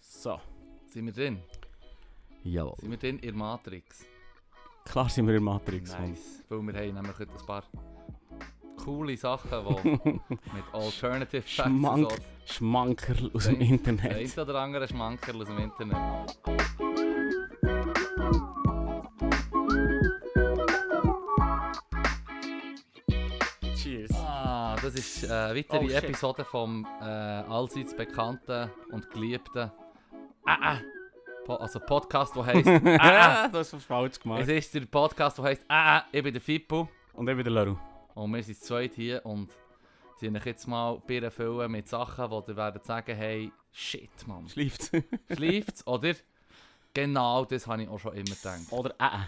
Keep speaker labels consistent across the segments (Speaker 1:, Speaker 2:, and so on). Speaker 1: So,
Speaker 2: Sind wir drin?
Speaker 1: jawohl.
Speaker 2: Sind wir drin in der Matrix?
Speaker 1: Klar sind wir in Matrix. Mann.
Speaker 2: Nice. Weil wir haben nämlich heute ein paar coole Sachen, die mit Alternative Facts und
Speaker 1: Schmank,
Speaker 2: so-
Speaker 1: Schmankerl aus dem
Speaker 2: Nein, Der
Speaker 1: Internet.
Speaker 2: eine oder andere Schmankerl aus dem Internet.
Speaker 1: Cheers.
Speaker 2: Ah, das ist äh, eine weitere
Speaker 1: Oh, shit.
Speaker 2: Episode vom äh, allseits bekannten und geliebten äh, äh, Po- also Podcast, der heisst äh, äh.
Speaker 1: Ah, das hast falsch
Speaker 2: Es
Speaker 1: gemacht.
Speaker 2: ist der Podcast, der heisst äh, äh, ich bin der Fippo.
Speaker 1: Und eben der Leru.
Speaker 2: Und wir sind zu Oh, zweit hier und sind euch jetzt mal Birnen füllen mit Sachen, die ihr werdet sagen, hey, shit, Mann.
Speaker 1: Schleift.
Speaker 2: Schleift's, oder? Genau das habe ich auch schon immer gedacht.
Speaker 1: Oder äh.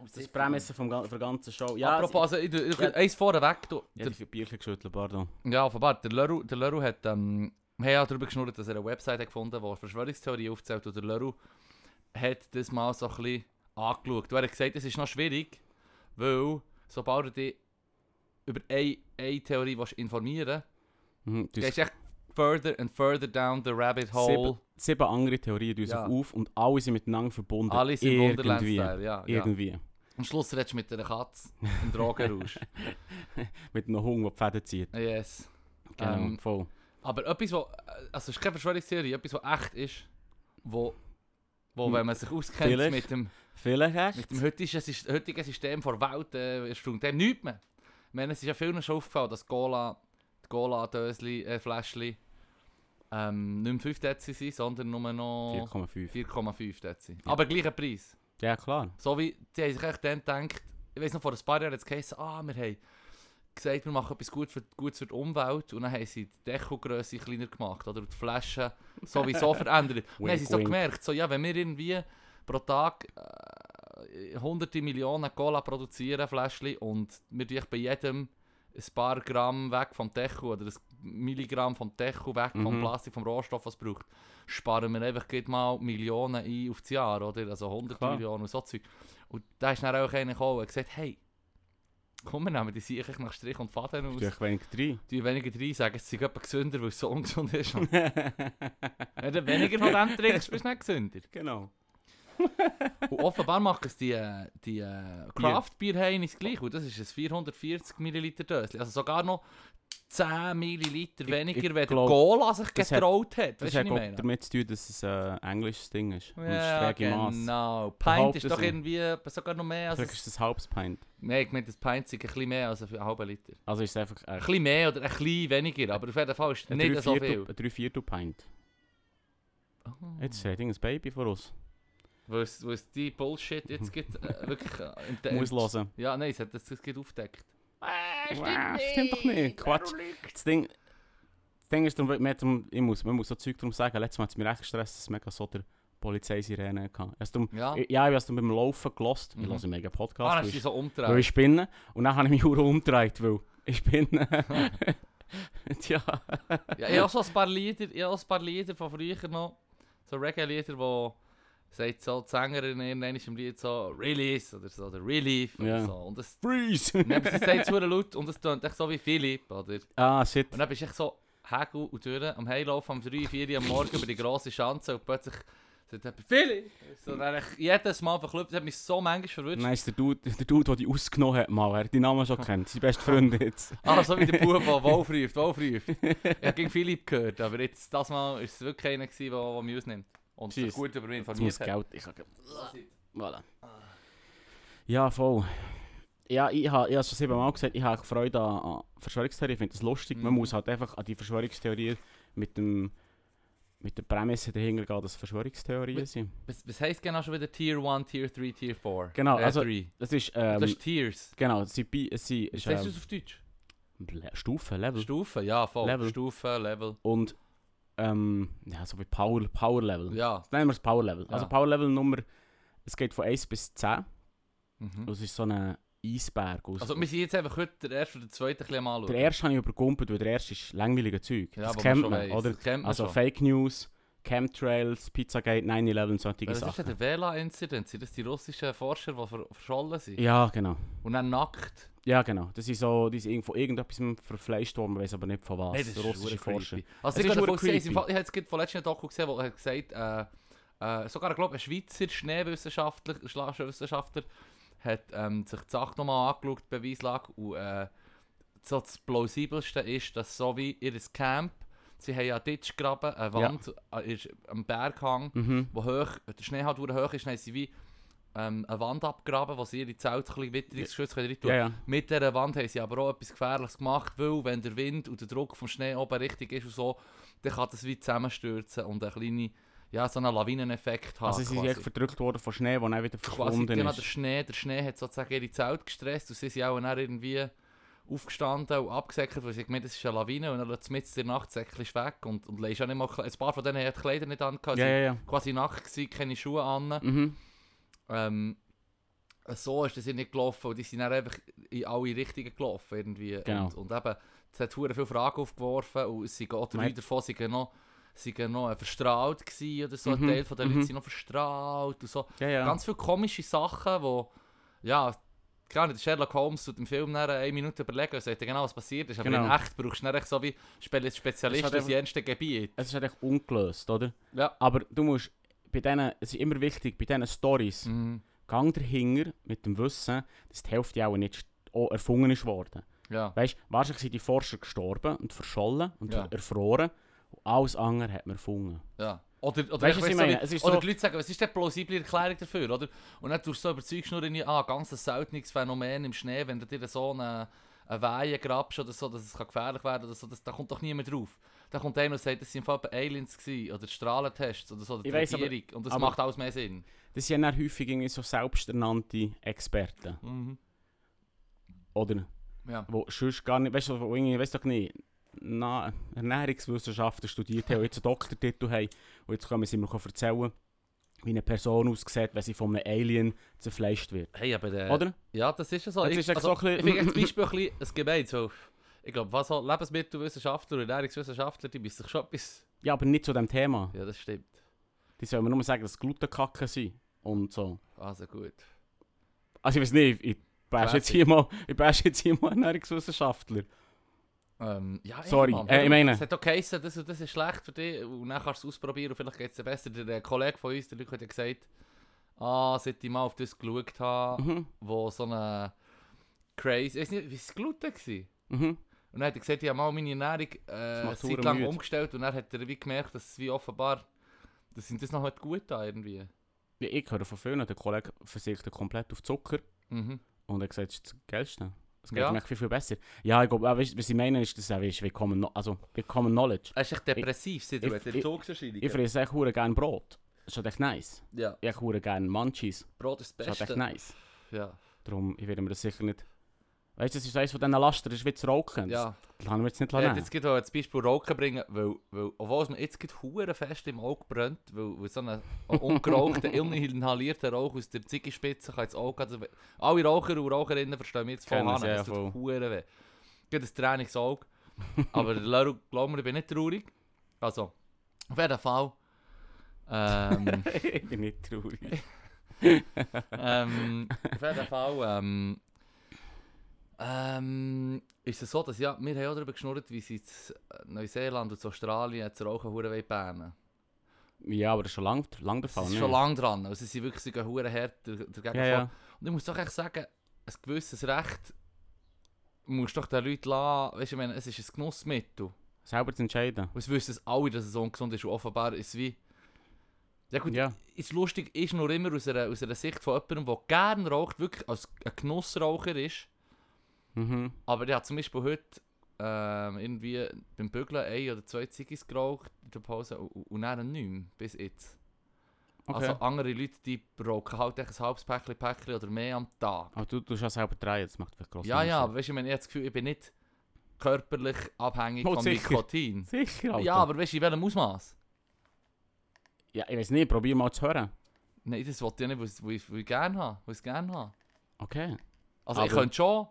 Speaker 1: Oh, Das ist die Prämisse vom, gan- der ganzen Show. Ja,
Speaker 2: Apropos, also, ich, ich, ich,
Speaker 1: Ja.
Speaker 2: eins vorweg. Du,
Speaker 1: Ich
Speaker 2: der,
Speaker 1: habe viel Bierchen geschüttelt, pardon.
Speaker 2: ja, offenbar, der Leru, der Leru hat, ähm, wir haben ja darüber geschnurrt, dass er eine Website hat gefunden hat, die Verschwörungstheorie aufzählt und der Leru hat das mal so ein bisschen angeschaut. Und er hat gesagt, es ist noch schwierig, weil sobald du dich über eine, eine Theorie willst informieren
Speaker 1: Mhm, du hast
Speaker 2: willst, gehst du echt further and further down the rabbit hole.
Speaker 1: sieben, sieben andere Theorien tun sich
Speaker 2: Ja.
Speaker 1: auf und alle sind miteinander verbunden.
Speaker 2: Alles im
Speaker 1: Irgendwie.
Speaker 2: Wunderland-Style, ja. ja.
Speaker 1: Irgendwie.
Speaker 2: Am Schluss redest du mit einer Katze im Drogenrausch.
Speaker 1: Mit einem Hund, der die Fäden zieht.
Speaker 2: yes.
Speaker 1: Genau,
Speaker 2: Ähm,
Speaker 1: voll.
Speaker 2: Aber etwas, wo, also es ist keine Verschwörungstheorie, etwas, was echt ist, wo, wo
Speaker 1: Hm.
Speaker 2: wenn man sich auskennt
Speaker 1: Vielleicht.
Speaker 2: mit dem,
Speaker 1: Vielleicht hast
Speaker 2: mit dem heutigen, Sys- heutigen System der Welt, äh, erstaunt dem nichts mehr. Ich meine, es ist ja vielen schon aufgefallen, dass Cola, die Cola-Dösli, äh, Fläschli, ähm, nicht mehr 5 Dezi sind, sondern nur noch
Speaker 1: 4,5.
Speaker 2: 4,5 Dezi.
Speaker 1: Ja.
Speaker 2: Aber gleicher Preis.
Speaker 1: Ja, klar.
Speaker 2: So wie die haben sich echt dann gedacht, ich weiß noch, vor ein paar Jahren hat es geheißen, ah, wir haben gesagt, wir machen etwas gut für, Gutes für die Umwelt und dann haben sie die Dekogröße kleiner gemacht oder die Flaschen sowieso verändert. Und dann haben sie
Speaker 1: Wink,
Speaker 2: so
Speaker 1: wink.
Speaker 2: gemerkt, so, ja, wenn wir irgendwie pro Tag äh, hunderte Millionen Cola produzieren, Fläschchen, und wir tun bei jedem ein paar Gramm weg vom Deco oder ein Milligramm vom Deco weg vom
Speaker 1: Mhm.
Speaker 2: Plastik, vom Rohstoff, was es braucht, sparen wir einfach gerade mal Millionen ein aufs Jahr, oder? Also 100
Speaker 1: Klar.
Speaker 2: Millionen und so Zeug. Und da ist dann auch einer gekommen und gesagt, hey, komm, wir nehmen die sicher nach Strich und Faden aus.
Speaker 1: Natürlich wenig drin.
Speaker 2: Die weniger drei sagen, es sei etwa gesünder, weil es so ungesund ist. Wenn du weniger von dem trinkst, bist du nicht gesünder.
Speaker 1: genau.
Speaker 2: Und offenbar machen es die, äh, die äh, craft bier heinis gleich. Und das ist ein 440 Milliliter Döschen. Also sogar noch 10 Milliliter
Speaker 1: Ich-
Speaker 2: weniger,
Speaker 1: ich
Speaker 2: wenn der
Speaker 1: glaub,
Speaker 2: Cola sich
Speaker 1: das hat-
Speaker 2: getraut
Speaker 1: Das
Speaker 2: hat. Weißt du, was
Speaker 1: hat
Speaker 2: ich
Speaker 1: glaub,
Speaker 2: meine?
Speaker 1: damit zu tun, dass es ein englisches Ding ist. Und
Speaker 2: Ja,
Speaker 1: schräge Maß.
Speaker 2: genau. Pint
Speaker 1: Behaupten
Speaker 2: ist doch
Speaker 1: sie.
Speaker 2: irgendwie etwa sogar noch mehr als...
Speaker 1: Vielleicht ist
Speaker 2: ein-
Speaker 1: es ein halbes Pint.
Speaker 2: Nein, ich meine, das Pint sind ein bisschen mehr als ein halber Liter.
Speaker 1: Also ist es einfach
Speaker 2: Ein
Speaker 1: ein,
Speaker 2: bisschen mehr oder ein bisschen weniger, aber auf jeden Fall ist es
Speaker 1: ein
Speaker 2: nicht so
Speaker 1: Dreiviertel-
Speaker 2: viel.
Speaker 1: ein Dreiviertel Pint.
Speaker 2: Oh.
Speaker 1: Jetzt steht ein Baby vor uns.
Speaker 2: Weil es, weil es die Bullshit jetzt gibt, äh, wirklich... Äh, in der- Ah,
Speaker 1: Muss hören.
Speaker 2: Ja, nein, es hat das jetzt gerade aufgedeckt.
Speaker 1: Wow, stimmt doch nicht. Quatsch. Das Ding, das Ding ist, darum, man, hat darum- ich muss, man muss so Zeug darum sagen. Letztes Mal hat es mich echt gestresst, dass es mega so der Polizeisirene hatte. Also darum,
Speaker 2: Ja.
Speaker 1: ich, ja, ich habe es dann beim Laufen gelost. Ich
Speaker 2: Ah. Mhm.
Speaker 1: höre mega
Speaker 2: Ah,
Speaker 1: Podcast.
Speaker 2: dann ist sie so umgedreht.
Speaker 1: Weil ich spinne. Und dann habe ich mich auch umgedreht, weil ich spinne. Tja.
Speaker 2: Ja, ich habe so ein paar Lieder, ich habe auch ein paar Lieder von früher noch, so Reggae-Lieder, wo sagt so die Sängerin in einem Lied so Release oder so oder Relief oder
Speaker 1: Ja.
Speaker 2: so und das
Speaker 1: Freeze!
Speaker 2: und dann sie sagt zu laut und es tönt echt so wie Philipp oder
Speaker 1: ah, shit.
Speaker 2: und dann bist du echt so Hagel und Türen am Heilaufen am 3, 4 Uhr am Morgen über die grosse Schanze und plötzlich sagt jemand Philipp so dann hab ich jedes Mal verklüpft das hat mich so manchmal verwirrt
Speaker 1: Nein, ist der Dude, der Dude, der die ausgenommen hat, mal. Er hat die Namen schon kennt. Seine beste Freundin jetzt.
Speaker 2: Ah, so wie der Bub, der Wolf ruft, Wolf ruft. Ich habe gegen Philipp gehört, aber jetzt, das Mal war es wirklich einer, gewesen, der, der mich ausnimmt. Und sich
Speaker 1: Jeez.
Speaker 2: gut über mich
Speaker 1: Jetzt muss
Speaker 2: informiert hat.
Speaker 1: Geld. Ich habe. Voilà.
Speaker 2: Ah.
Speaker 1: Ja, voll. Ja, ich habe ich habe es schon siebenmal gesagt, ich habe Freude an, an Verschwörungstheorien. Ich finde das lustig. Man
Speaker 2: Mhm.
Speaker 1: muss halt einfach an die Verschwörungstheorie mit dem mit der Prämisse dahinter gehen, dass es Verschwörungstheorien
Speaker 2: Mit-
Speaker 1: sind.
Speaker 2: Was, was heisst genau schon wieder Tier 1, Tier 3, Tier 4?
Speaker 1: Genau,
Speaker 2: äh,
Speaker 1: also-
Speaker 2: Drei.
Speaker 1: Das ist, ähm,
Speaker 2: das ist Tiers. dus
Speaker 1: genau, es sind, Bi- es sind ist,
Speaker 2: Ist das
Speaker 1: ähm,
Speaker 2: auf Deutsch?
Speaker 1: Le- Stufen, Level.
Speaker 2: Stufen, ja, voll.
Speaker 1: Level.
Speaker 2: Stufen, Level.
Speaker 1: Und ähm, ja, so wie Power, Power Level.
Speaker 2: Ja.
Speaker 1: Nennen wir es Power Level.
Speaker 2: Ja.
Speaker 1: Also Power Level Nummer, es geht von 1 bis 10.
Speaker 2: Mhm.
Speaker 1: Das ist so ein Eisberg. aus-
Speaker 2: Also, wir sind jetzt einfach heute der erste oder der zweite ein bisschen am anschauen.
Speaker 1: Der erste habe ich überkumpelt, weil der erste ist langweilige Zeug.
Speaker 2: ja,
Speaker 1: das
Speaker 2: Genau, wo
Speaker 1: kennt
Speaker 2: schon
Speaker 1: man,
Speaker 2: weiss.
Speaker 1: oder?
Speaker 2: Das kennt man
Speaker 1: Also
Speaker 2: schon.
Speaker 1: Fake News, Chemtrails, Pizzagate, 9-11, solche
Speaker 2: Was ist denn
Speaker 1: Sachen.
Speaker 2: der Vela-Incident? Sind das die russischen Forscher, die ver verschollen sind?
Speaker 1: Ja, genau.
Speaker 2: Und dann nackt
Speaker 1: Ja, genau. Das ist so, die sind von irgendetwas verfleischt worden, man weiß aber nicht von was.
Speaker 2: Nein, das ist
Speaker 1: Russische
Speaker 2: hure
Speaker 1: Forscher.
Speaker 2: creepy. Also
Speaker 1: Es ist
Speaker 2: ich habe
Speaker 1: hure
Speaker 2: davon gesehen,
Speaker 1: creepy.
Speaker 2: ich habe jetzt gerade von letzten Doku gesehen, wo er gesagt hat, äh, äh, sogar, glaube ich, ein Schweizer Schneewissenschaftler, Schlafwissenschaftler hat ähm, sich die Sache nochmal angeschaut, die Beweislage, und äh, so das plausibelste ist, dass so wie ihr Camp, sie haben ja einen Ditch gegraben, eine Wand äh, ist am Berghang,
Speaker 1: Mhm.
Speaker 2: wo hoch, der Schnee halt hure hoch ist, dann haben sie wie ähm, eine Wand abgegraben, wo sie ihre Zelte ein bisschen witterungsgeschützt können rein tun.
Speaker 1: Ja, ja.
Speaker 2: Mit dieser Wand haben sie aber auch etwas Gefährliches gemacht, weil wenn der Wind und der Druck vom Schnee oben richtig ist und so, dann kann das wie zusammenstürzen und einen kleinen, ja, so einen Lawineneffekt haben.
Speaker 1: Also sie sind echt
Speaker 2: quasi.
Speaker 1: verdrückt worden von Schnee, der dann wieder
Speaker 2: quasi
Speaker 1: verschwunden
Speaker 2: genau der
Speaker 1: ist.
Speaker 2: Schnee, der Schnee hat sozusagen ihre Zelt gestresst und sie sind auch dann irgendwie aufgestanden und abgesäckelt, weil sie gemeint das ist eine Lawine und dann lässt mitten in der Nacht säcklich weg und, und lässt auch nicht mal, Kle- ein paar von denen hat die Kleider nicht an,
Speaker 1: Ja, ja, ja.
Speaker 2: quasi nackt gewesen, keine Schuhe an.
Speaker 1: Mhm.
Speaker 2: Ähm, so ist das ja nicht gelaufen und die sind dann einfach in alle Richtungen gelaufen irgendwie.
Speaker 1: Genau.
Speaker 2: Und, und eben, es hat hure viele Fragen aufgeworfen und es sind auch drei
Speaker 1: Nein.
Speaker 2: davon sind noch, sind noch äh, verstrahlt gewesen oder so.
Speaker 1: Mhm,
Speaker 2: Ein Teil von den
Speaker 1: mhm.
Speaker 2: Leuten sind noch verstrahlt und so.
Speaker 1: Ja, ja.
Speaker 2: Ganz viele komische Sachen, wo, ja, gar nicht, Sherlock Holmes tut im Film nach eine Minute überlegen und sagt dir genau, was passiert ist. Aber
Speaker 1: Genau.
Speaker 2: in echt brauchst du dann echt so wie Spe-
Speaker 1: Es hat
Speaker 2: Spezialisten
Speaker 1: einfach-
Speaker 2: aus jensten Gebiet.
Speaker 1: es ist halt echt ungelöst, oder?
Speaker 2: Ja.
Speaker 1: Aber du musst bei denen, es ist immer wichtig, bei diesen Stories,
Speaker 2: Mhm.
Speaker 1: gang dahinter mit dem Wissen, dass die Hälfte auch nicht st- auch erfunden ist worden.
Speaker 2: Ja.
Speaker 1: Weißt wahrscheinlich sind die Forscher gestorben und verschollen und
Speaker 2: Ja.
Speaker 1: erfroren. Und alles andere hat man erfunden.
Speaker 2: Ja. Oder, oder,
Speaker 1: Weißt du,
Speaker 2: ich
Speaker 1: was
Speaker 2: weiss
Speaker 1: ich
Speaker 2: so
Speaker 1: meine?
Speaker 2: wie-
Speaker 1: Es ist
Speaker 2: oder
Speaker 1: so-
Speaker 2: die Leute sagen, was ist denn plausible Erklärung dafür, oder? Und dann tust du so überzeugst nur in ah, ganz ein seltenes Phänomen im Schnee, wenn du dir so einen eine Weihe grabst oder so, dass es kann gefährlich werden oder so, das, da kommt doch niemand drauf. Da kommt einer und sagt, das sind im Fall Aliens gewesen, oder Strahlentests oder so, oder die
Speaker 1: Ich weiss, aber-
Speaker 2: Regierung. und das
Speaker 1: aber-
Speaker 2: macht alles mehr Sinn.
Speaker 1: Das sind dann häufig irgendwie so selbsternannte Experten. Oder?
Speaker 2: Mhm. Ja.
Speaker 1: Wo sonst gar nicht, weißt du, wo irgendwie, weißt du doch nicht, na, Ernährungswissenschaften studiert haben und jetzt einen Doktortitel haben. Und jetzt können wir sie mir erzählen, wie eine Person aussieht, wenn sie von einem Alien zerfleischt wird.
Speaker 2: Hey, aber äh,
Speaker 1: Oder?
Speaker 2: Ja, das ist ja so.
Speaker 1: Jetzt
Speaker 2: Ich,
Speaker 1: ist echt
Speaker 2: also,
Speaker 1: so ein
Speaker 2: ich
Speaker 1: bisschen-
Speaker 2: finde echt zum Beispiel ein bisschen ein Gemeins, weil ich glaube, was halt Lebensmittelwissenschaftler und Ernährungswissenschaftler, die müssen sich schon etwas...
Speaker 1: Ja, aber nicht zu diesem Thema.
Speaker 2: Ja, das stimmt.
Speaker 1: Die sollen mir nur sagen, dass Glutenkacke sind und so.
Speaker 2: Also gut.
Speaker 1: Also ich weiß nicht, ich bash
Speaker 2: Classic.
Speaker 1: jetzt hier mal, ich bash jetzt hier mal einen Ernährungswissenschaftler.
Speaker 2: Ähm, ja, ey,
Speaker 1: Sorry,
Speaker 2: Mann,
Speaker 1: äh, ich meine-
Speaker 2: Es hat auch geheißen, das, und das ist schlecht für dich und dann kannst du es ausprobieren und vielleicht geht es dir besser. Der, äh, Kollege von uns, der Luke, hat ja gesagt, ah, seit ich mal auf das geschaut habe,
Speaker 1: Mhm.
Speaker 2: wo so eine crazy, ich weiß nicht, wie es Gluten war.
Speaker 1: Mhm.
Speaker 2: Und dann hat er gesagt, ich habe mal meine Ernährung äh, eine
Speaker 1: macht
Speaker 2: Zeit
Speaker 1: verdammt
Speaker 2: lang
Speaker 1: müde.
Speaker 2: umgestellt und dann hat er wie gemerkt, dass es wie offenbar, dass sind das noch nicht gut da irgendwie.
Speaker 1: Ja, ich höre von vielen, der Kollege verzichtet komplett auf Zucker
Speaker 2: Mhm.
Speaker 1: und er sagt, das ist das Geilste. Es geht
Speaker 2: Ja.
Speaker 1: ja. viel, viel besser. Ja, ich glaube, auch, weisst du, was ich meine ist, dass ist wie Common, Kno- also, wie Common Knowledge.
Speaker 2: Er ist echt depressiv, seit
Speaker 1: ich-
Speaker 2: er
Speaker 1: ich- Ich
Speaker 2: Entzugserscheinungen.
Speaker 1: fresse echt hure gerne Brot. Das ist halt echt nice.
Speaker 2: Ja,
Speaker 1: Ich hure gerne Munchies.
Speaker 2: Brot ist das
Speaker 1: Das ist halt echt
Speaker 2: Beste.
Speaker 1: nice.
Speaker 2: Ja,
Speaker 1: Darum, ich werde mir das sicher nicht... Weißt du, das ist eines von diesen Lastern, das ist wie zu rauchen.
Speaker 2: ja.
Speaker 1: Das lassen wir jetzt nicht
Speaker 2: Ja,
Speaker 1: nehmen.
Speaker 2: jetzt gerade zum Beispiel Rauchen bringen, weil, weil obwohl es mir jetzt gerade hure fest im Auge brennt, weil, weil so ein ein ungerauchter, inhalierter Rauch aus der Ziegenspitze kann ins Auge gehen. Also, alle Raucher und Raucherinnen verstehen mich jetzt voll
Speaker 1: Kennen
Speaker 2: an,
Speaker 1: sie, ja,
Speaker 2: es tut
Speaker 1: voll.
Speaker 2: hure weh. Gerade ein Training ins Auge. Aber Leru, glaub mir, ich bin nicht traurig. Also, auf jeden Fall. Ähm,
Speaker 1: ich bin nicht traurig.
Speaker 2: ähm, auf jeden Fall ähm, ähm, ist es so, dass ja, wir haben auch darüber geschnurrt, wie sie in Neuseeland und in Australien zu rauchen hure wollen bannen.
Speaker 1: Ja, aber das ist schon lange lang der
Speaker 2: Das
Speaker 1: Fall,
Speaker 2: ist
Speaker 1: ne?
Speaker 2: schon lange dran. Also sie sind wirklich sogar hure hart dar- dagegen
Speaker 1: Ja,
Speaker 2: vor.
Speaker 1: ja.
Speaker 2: Und ich muss doch echt sagen, ein gewisses Recht musst du doch den Leuten lassen. Weißt du, ich meine, es ist ein Genussmittel.
Speaker 1: Selber zu entscheiden.
Speaker 2: Und es wissen es alle, dass es ungesund ist. Und offenbar ist es wie... Ja gut,
Speaker 1: Ja.
Speaker 2: ist lustig ist nur immer aus einer, aus einer Sicht von jemandem, der gerne raucht, wirklich als ein Genussraucher ist.
Speaker 1: Mhm.
Speaker 2: Aber der hat zum Beispiel heute ähm, irgendwie beim Bügeln ein oder zwei Ziggis geraucht in der Pause und, und dann nicht mehr, bis jetzt.
Speaker 1: Okay.
Speaker 2: Also andere Leute, die rauchen halt echt ein halbes Päckchen, Päckchen oder mehr am Tag.
Speaker 1: aber du tust ja selber drei, das macht vielleicht groß.
Speaker 2: ja, ja, aber weißt du, ich, meine, ich habe das Gefühl, ich bin nicht körperlich abhängig
Speaker 1: Oh,
Speaker 2: von
Speaker 1: sicher.
Speaker 2: Nikotin.
Speaker 1: Sicher, Alter.
Speaker 2: Ja, aber weißt du, in welchem Ausmaß?
Speaker 1: Ja, ich weiß nicht, probier mal zu hören.
Speaker 2: Nein, das wollte ich nicht, weil ich- weil ich, weil ich gerne habe. Weil ich es gerne habe.
Speaker 1: Okay.
Speaker 2: Also ich
Speaker 1: Aber-
Speaker 2: könnte schon.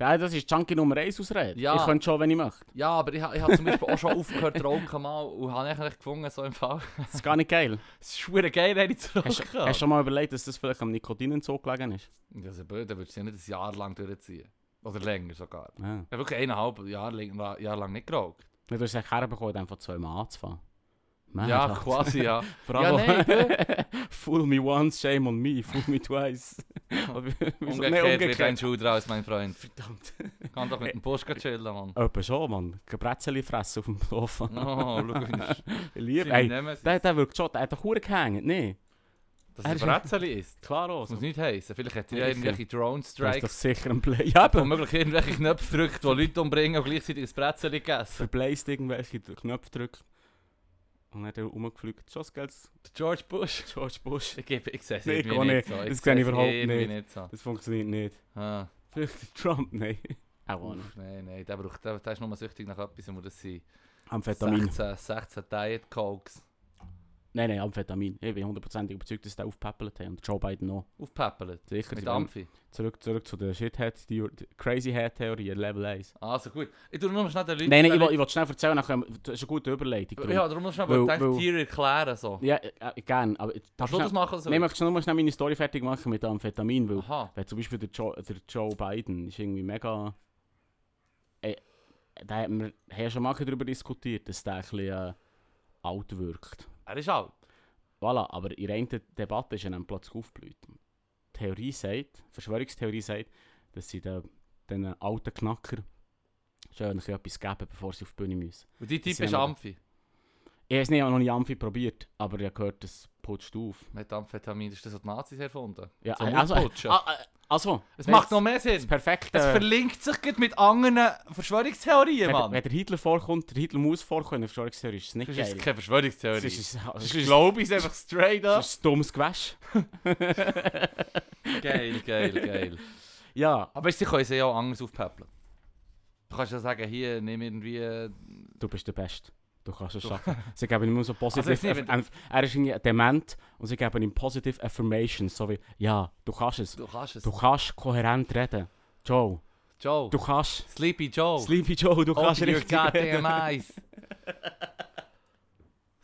Speaker 1: Ja, das ist Junkie Nummer 1 Ausrede.
Speaker 2: Ja.
Speaker 1: Ich könnte schon, wenn ich möchte.
Speaker 2: Ja, aber ich, ha- ich habe zum Beispiel auch schon aufgehört zu rauchen mal und habe eigentlich echt gefunden, so im Fall.
Speaker 1: Das ist gar nicht geil.
Speaker 2: Es ist schwer geil, hätte ich zu
Speaker 1: Hast
Speaker 2: rauchen.
Speaker 1: du dus hast du schon mal überlegt, dass das vielleicht am Nikotinentzug gelegen ist?
Speaker 2: Ja, also blöd, dann würdest du ja nicht ein Jahr lang durchziehen. Oder länger sogar.
Speaker 1: Ja.
Speaker 2: Ich habe wirklich eineinhalb Jahre, lang- Jahre lang nicht geraugt.
Speaker 1: Ja, Du hast es herbekommen, dann von zweimal anzufangen. Man,
Speaker 2: ja,
Speaker 1: Alter.
Speaker 2: quasi, ja.
Speaker 1: Bravo.
Speaker 2: Ja,
Speaker 1: fool me once, shame on me. Fool me twice. Aber- wieso- nee,
Speaker 2: Umgekehrt wird ein Schuh draus, mein Freund.
Speaker 1: Verdammt.
Speaker 2: Kann doch mit dem Post grad chillen, Mann.
Speaker 1: Etwa schon, Mann. Gebretzeli fressen auf dem Sofa.
Speaker 2: Oh, schau, wie das
Speaker 1: Ich liebe
Speaker 2: Jimmy
Speaker 1: Ey,
Speaker 2: Nemesis.
Speaker 1: der, der wirkt schon, der hat doch verdammt gehängt, nee?
Speaker 2: Dass
Speaker 1: Er
Speaker 2: er
Speaker 1: ist-
Speaker 2: Bretzeli ist.
Speaker 1: Klar auch.
Speaker 2: Das muss nicht heissen. Vielleicht hat er ja
Speaker 1: Sicher.
Speaker 2: irgendwelche
Speaker 1: Das ist doch
Speaker 2: Drone-Strikes.
Speaker 1: sicher ein Play. Ja, aber
Speaker 2: Womöglich irgendwelche Knöpfe drückt, die Leute umbringen und gleichzeitig ein Bretzeli gegessen.
Speaker 1: verbläst irgendwelche Knöpfe drückt. Und dann hat er rumgepflückt. Schon das geiles
Speaker 2: Der George Bush.
Speaker 1: George Bush.
Speaker 2: Ich, gebe- ich sehe es
Speaker 1: Nee,
Speaker 2: irgendwie
Speaker 1: gar
Speaker 2: nicht
Speaker 1: nicht.
Speaker 2: so.
Speaker 1: Das
Speaker 2: sehe
Speaker 1: sehe ich
Speaker 2: es
Speaker 1: überhaupt
Speaker 2: irgendwie
Speaker 1: nicht.
Speaker 2: so.
Speaker 1: Das funktioniert nicht.
Speaker 2: Ah.
Speaker 1: Vielleicht der Trump, nein. Auch nicht.
Speaker 2: Uff, nein, nein, der, braucht, der, der ist nur süchtig nach etwas, und das sind
Speaker 1: Amphetamin.
Speaker 2: 16, 16 Diet Cokes
Speaker 1: Nein, nein, Amphetamin. Ich bin hundertprozentig überzeugt, dass der aufgepäppelt hat. Und Joe Biden noch.
Speaker 2: aufpäppelt.
Speaker 1: Sicher.
Speaker 2: Mit
Speaker 1: sie wollen-
Speaker 2: Amphi.
Speaker 1: Zurück, zurück zu der Shithead, die die Crazy Head Theorie, Level 1.
Speaker 2: Also gut. Ich tue nur noch schnell den Leuten...
Speaker 1: Nein, nein,
Speaker 2: den
Speaker 1: ich will, ich will schnell erzählen, nachher, das ist eine gute Überleitung.
Speaker 2: Leuten-
Speaker 1: drum.
Speaker 2: Ja, darum muss ich
Speaker 1: Weil-
Speaker 2: schnell gedacht,
Speaker 1: weil-
Speaker 2: Tiere erklären. So.
Speaker 1: Ja, äh, gerne, aber darf
Speaker 2: Kannst
Speaker 1: ich
Speaker 2: du
Speaker 1: schnell,
Speaker 2: das machen? So?
Speaker 1: Nein, möchtest du nur mal schnell meine Story fertig machen mit Amphetamin, weil
Speaker 2: Aha.
Speaker 1: wenn zum Beispiel der Joe, der Joe Biden ist irgendwie mega... Äh, da haben wir haben ja schon mal darüber diskutiert, dass der ein bisschen äh, alt wirkt.
Speaker 2: Er ist alt.
Speaker 1: Voilà, aber in einer Debatte ist er dann plötzlich aufgeblüht. Die Theorie sagt, die Verschwörungstheorie sagt, dass sie den, den alten Knacker schön ein bisschen etwas geben, bevor sie auf die Bühne müssen.
Speaker 2: Und dein Typ
Speaker 1: sind
Speaker 2: ist
Speaker 1: wir-
Speaker 2: Amphi.
Speaker 1: Ich habe es nicht, ich habe noch nie Amphi probiert, aber ich habe gehört, das putzt auf.
Speaker 2: Mit Amphetamin ist das, was die Nazis erfunden.
Speaker 1: Ja,
Speaker 2: Zum
Speaker 1: äh, also, äh,
Speaker 2: Aufputschen.
Speaker 1: ah, äh, also,
Speaker 2: Es
Speaker 1: wenn
Speaker 2: macht
Speaker 1: es-
Speaker 2: noch mehr Sinn.
Speaker 1: das Äh. perfekte...
Speaker 2: Es verlinkt sich gerade mit anderen Verschwörungstheorien,
Speaker 1: wenn, der-
Speaker 2: Mann.
Speaker 1: wenn der Hitler vorkommt, der Hitler muss vorkommen, in der Verschwörungstheorie ist es nicht
Speaker 2: Das
Speaker 1: geil.
Speaker 2: ist keine Verschwörungstheorie.
Speaker 1: Das ist ein- das
Speaker 2: Das
Speaker 1: ist
Speaker 2: ist
Speaker 1: ein-
Speaker 2: glaube ich einfach straight
Speaker 1: das
Speaker 2: up.
Speaker 1: ist ein dummes Gewäsch.
Speaker 2: geil, geil, geil.
Speaker 1: Ja,
Speaker 2: Aber sie können sie ja auch anders aufpäppeln. Du kannst ja sagen, hier, nimm irgendwie... äh,
Speaker 1: du bist der Beste. Du kannst es schaffen. Sie geben ihm nur so positiv.
Speaker 2: Also, ich sehe, wenn
Speaker 1: er ist irgendwie dement und sie geben ihm positive Affirmations. So wie, ja, du kannst es.
Speaker 2: Du kannst es.
Speaker 1: Du kannst kohärent reden. Joe,
Speaker 2: Joe.
Speaker 1: du kannst.
Speaker 2: Sleepy Joe.
Speaker 1: Sleepy Joe, du kannst
Speaker 2: Open your
Speaker 1: richtig reden.
Speaker 2: Oh. goddamn eyes.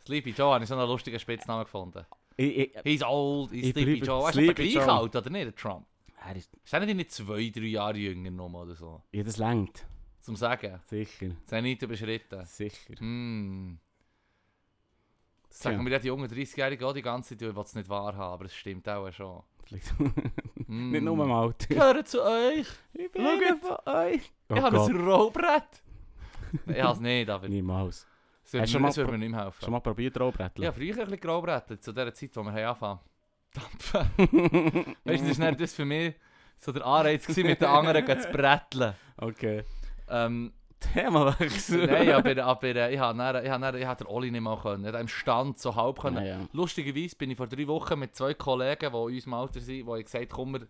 Speaker 2: Sleepy Joe habe ich so einen lustigen Spitznamen gefunden.
Speaker 1: Ich, ich,
Speaker 2: He's old, he's
Speaker 1: Ich
Speaker 2: Sleepy
Speaker 1: bleibe
Speaker 2: Joe. Er ist aber
Speaker 1: Sleepy
Speaker 2: gleich
Speaker 1: Joe.
Speaker 2: alt, oder nicht, der Trump?
Speaker 1: er ist,
Speaker 2: Ist er nicht irgendwie zwei, drei Jahre jünger nochmal oder so?
Speaker 1: ja, das längt.
Speaker 2: Zum Sagen.
Speaker 1: Sicher,
Speaker 2: Zenit überschritten.
Speaker 1: sicher.
Speaker 2: Hm. Das sagen
Speaker 1: Tja.
Speaker 2: mir ja die jungen 30-Jährigen auch die ganze Zeit, ich will es nicht wahrhaben, aber es stimmt auch schon.
Speaker 1: Vielleicht
Speaker 2: Hm.
Speaker 1: nicht nur mal alt.
Speaker 2: Ich höre zu euch,
Speaker 1: Ich
Speaker 2: bin einer
Speaker 1: von euch.
Speaker 2: ich habe ein Rollbrett. ich habe es nicht, aber es
Speaker 1: Niemals.
Speaker 2: würde
Speaker 1: Hast du
Speaker 2: mir,
Speaker 1: mal
Speaker 2: es würde
Speaker 1: pro-
Speaker 2: mir nicht mehr helfen.
Speaker 1: Schon mal probiert, Rollbrettel?
Speaker 2: Ja, früher ein bisschen Graubretten, zu der Zeit, wo wir haben angefangen dampfen. weißt du, das war dann das für mich so der Anreiz, gewesen, mit den anderen zu bretteln.
Speaker 1: Okay.
Speaker 2: Ähm,
Speaker 1: Themawechsel.
Speaker 2: nein, aber, aber äh, ich habe dann, ich habe dann, ich habe den Oli nicht mal können. Er hat im Stand so halb können.
Speaker 1: ja.
Speaker 2: Lustigerweise bin ich vor drei Wochen mit zwei Kollegen, die in unserem Alter sind, die ich gesagt haben, komm, wir,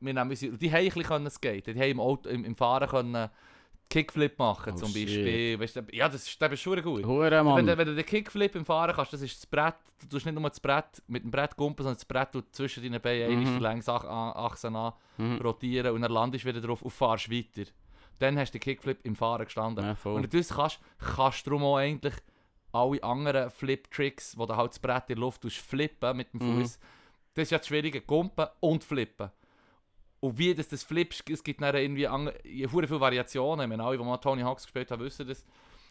Speaker 2: wir nehmen unsere... Die haben ein bisschen können skaten, die haben im, Auto, im, im Fahren können Kickflip machen
Speaker 1: Oh,
Speaker 2: zum
Speaker 1: shit.
Speaker 2: Beispiel. Weißt, du, ja, das ist, das ist schon gut.
Speaker 1: Hure,
Speaker 2: Wenn, du-
Speaker 1: Mann.
Speaker 2: wenn du den Kickflip im Fahren kannst, das ist das Brett. Du tust nicht nur das Brett mit dem Brett gumpen, sondern das Brett tut zwischen deinen Beinen
Speaker 1: Mhm.
Speaker 2: mhm. längs Ach- A- Achsen an,
Speaker 1: Mhm.
Speaker 2: rotieren und dann landest du wieder drauf und fahrst weiter. Dann hast du den Kickflip im Fahren gestanden.
Speaker 1: Ja, voll.
Speaker 2: Und du kannst, kannst darum auch eigentlich alle anderen Flip-Tricks, wo du halt das Brett in der Luft tust, flippen mit dem
Speaker 1: Mhm.
Speaker 2: Fuß. Das ist ja das Schwierige, gumpen und flippen. Und wie das, das flippst, es gibt dann irgendwie andere, viele Variationen. Ich meine, alle, die mal Tony Hawks gespielt haben, wissen das.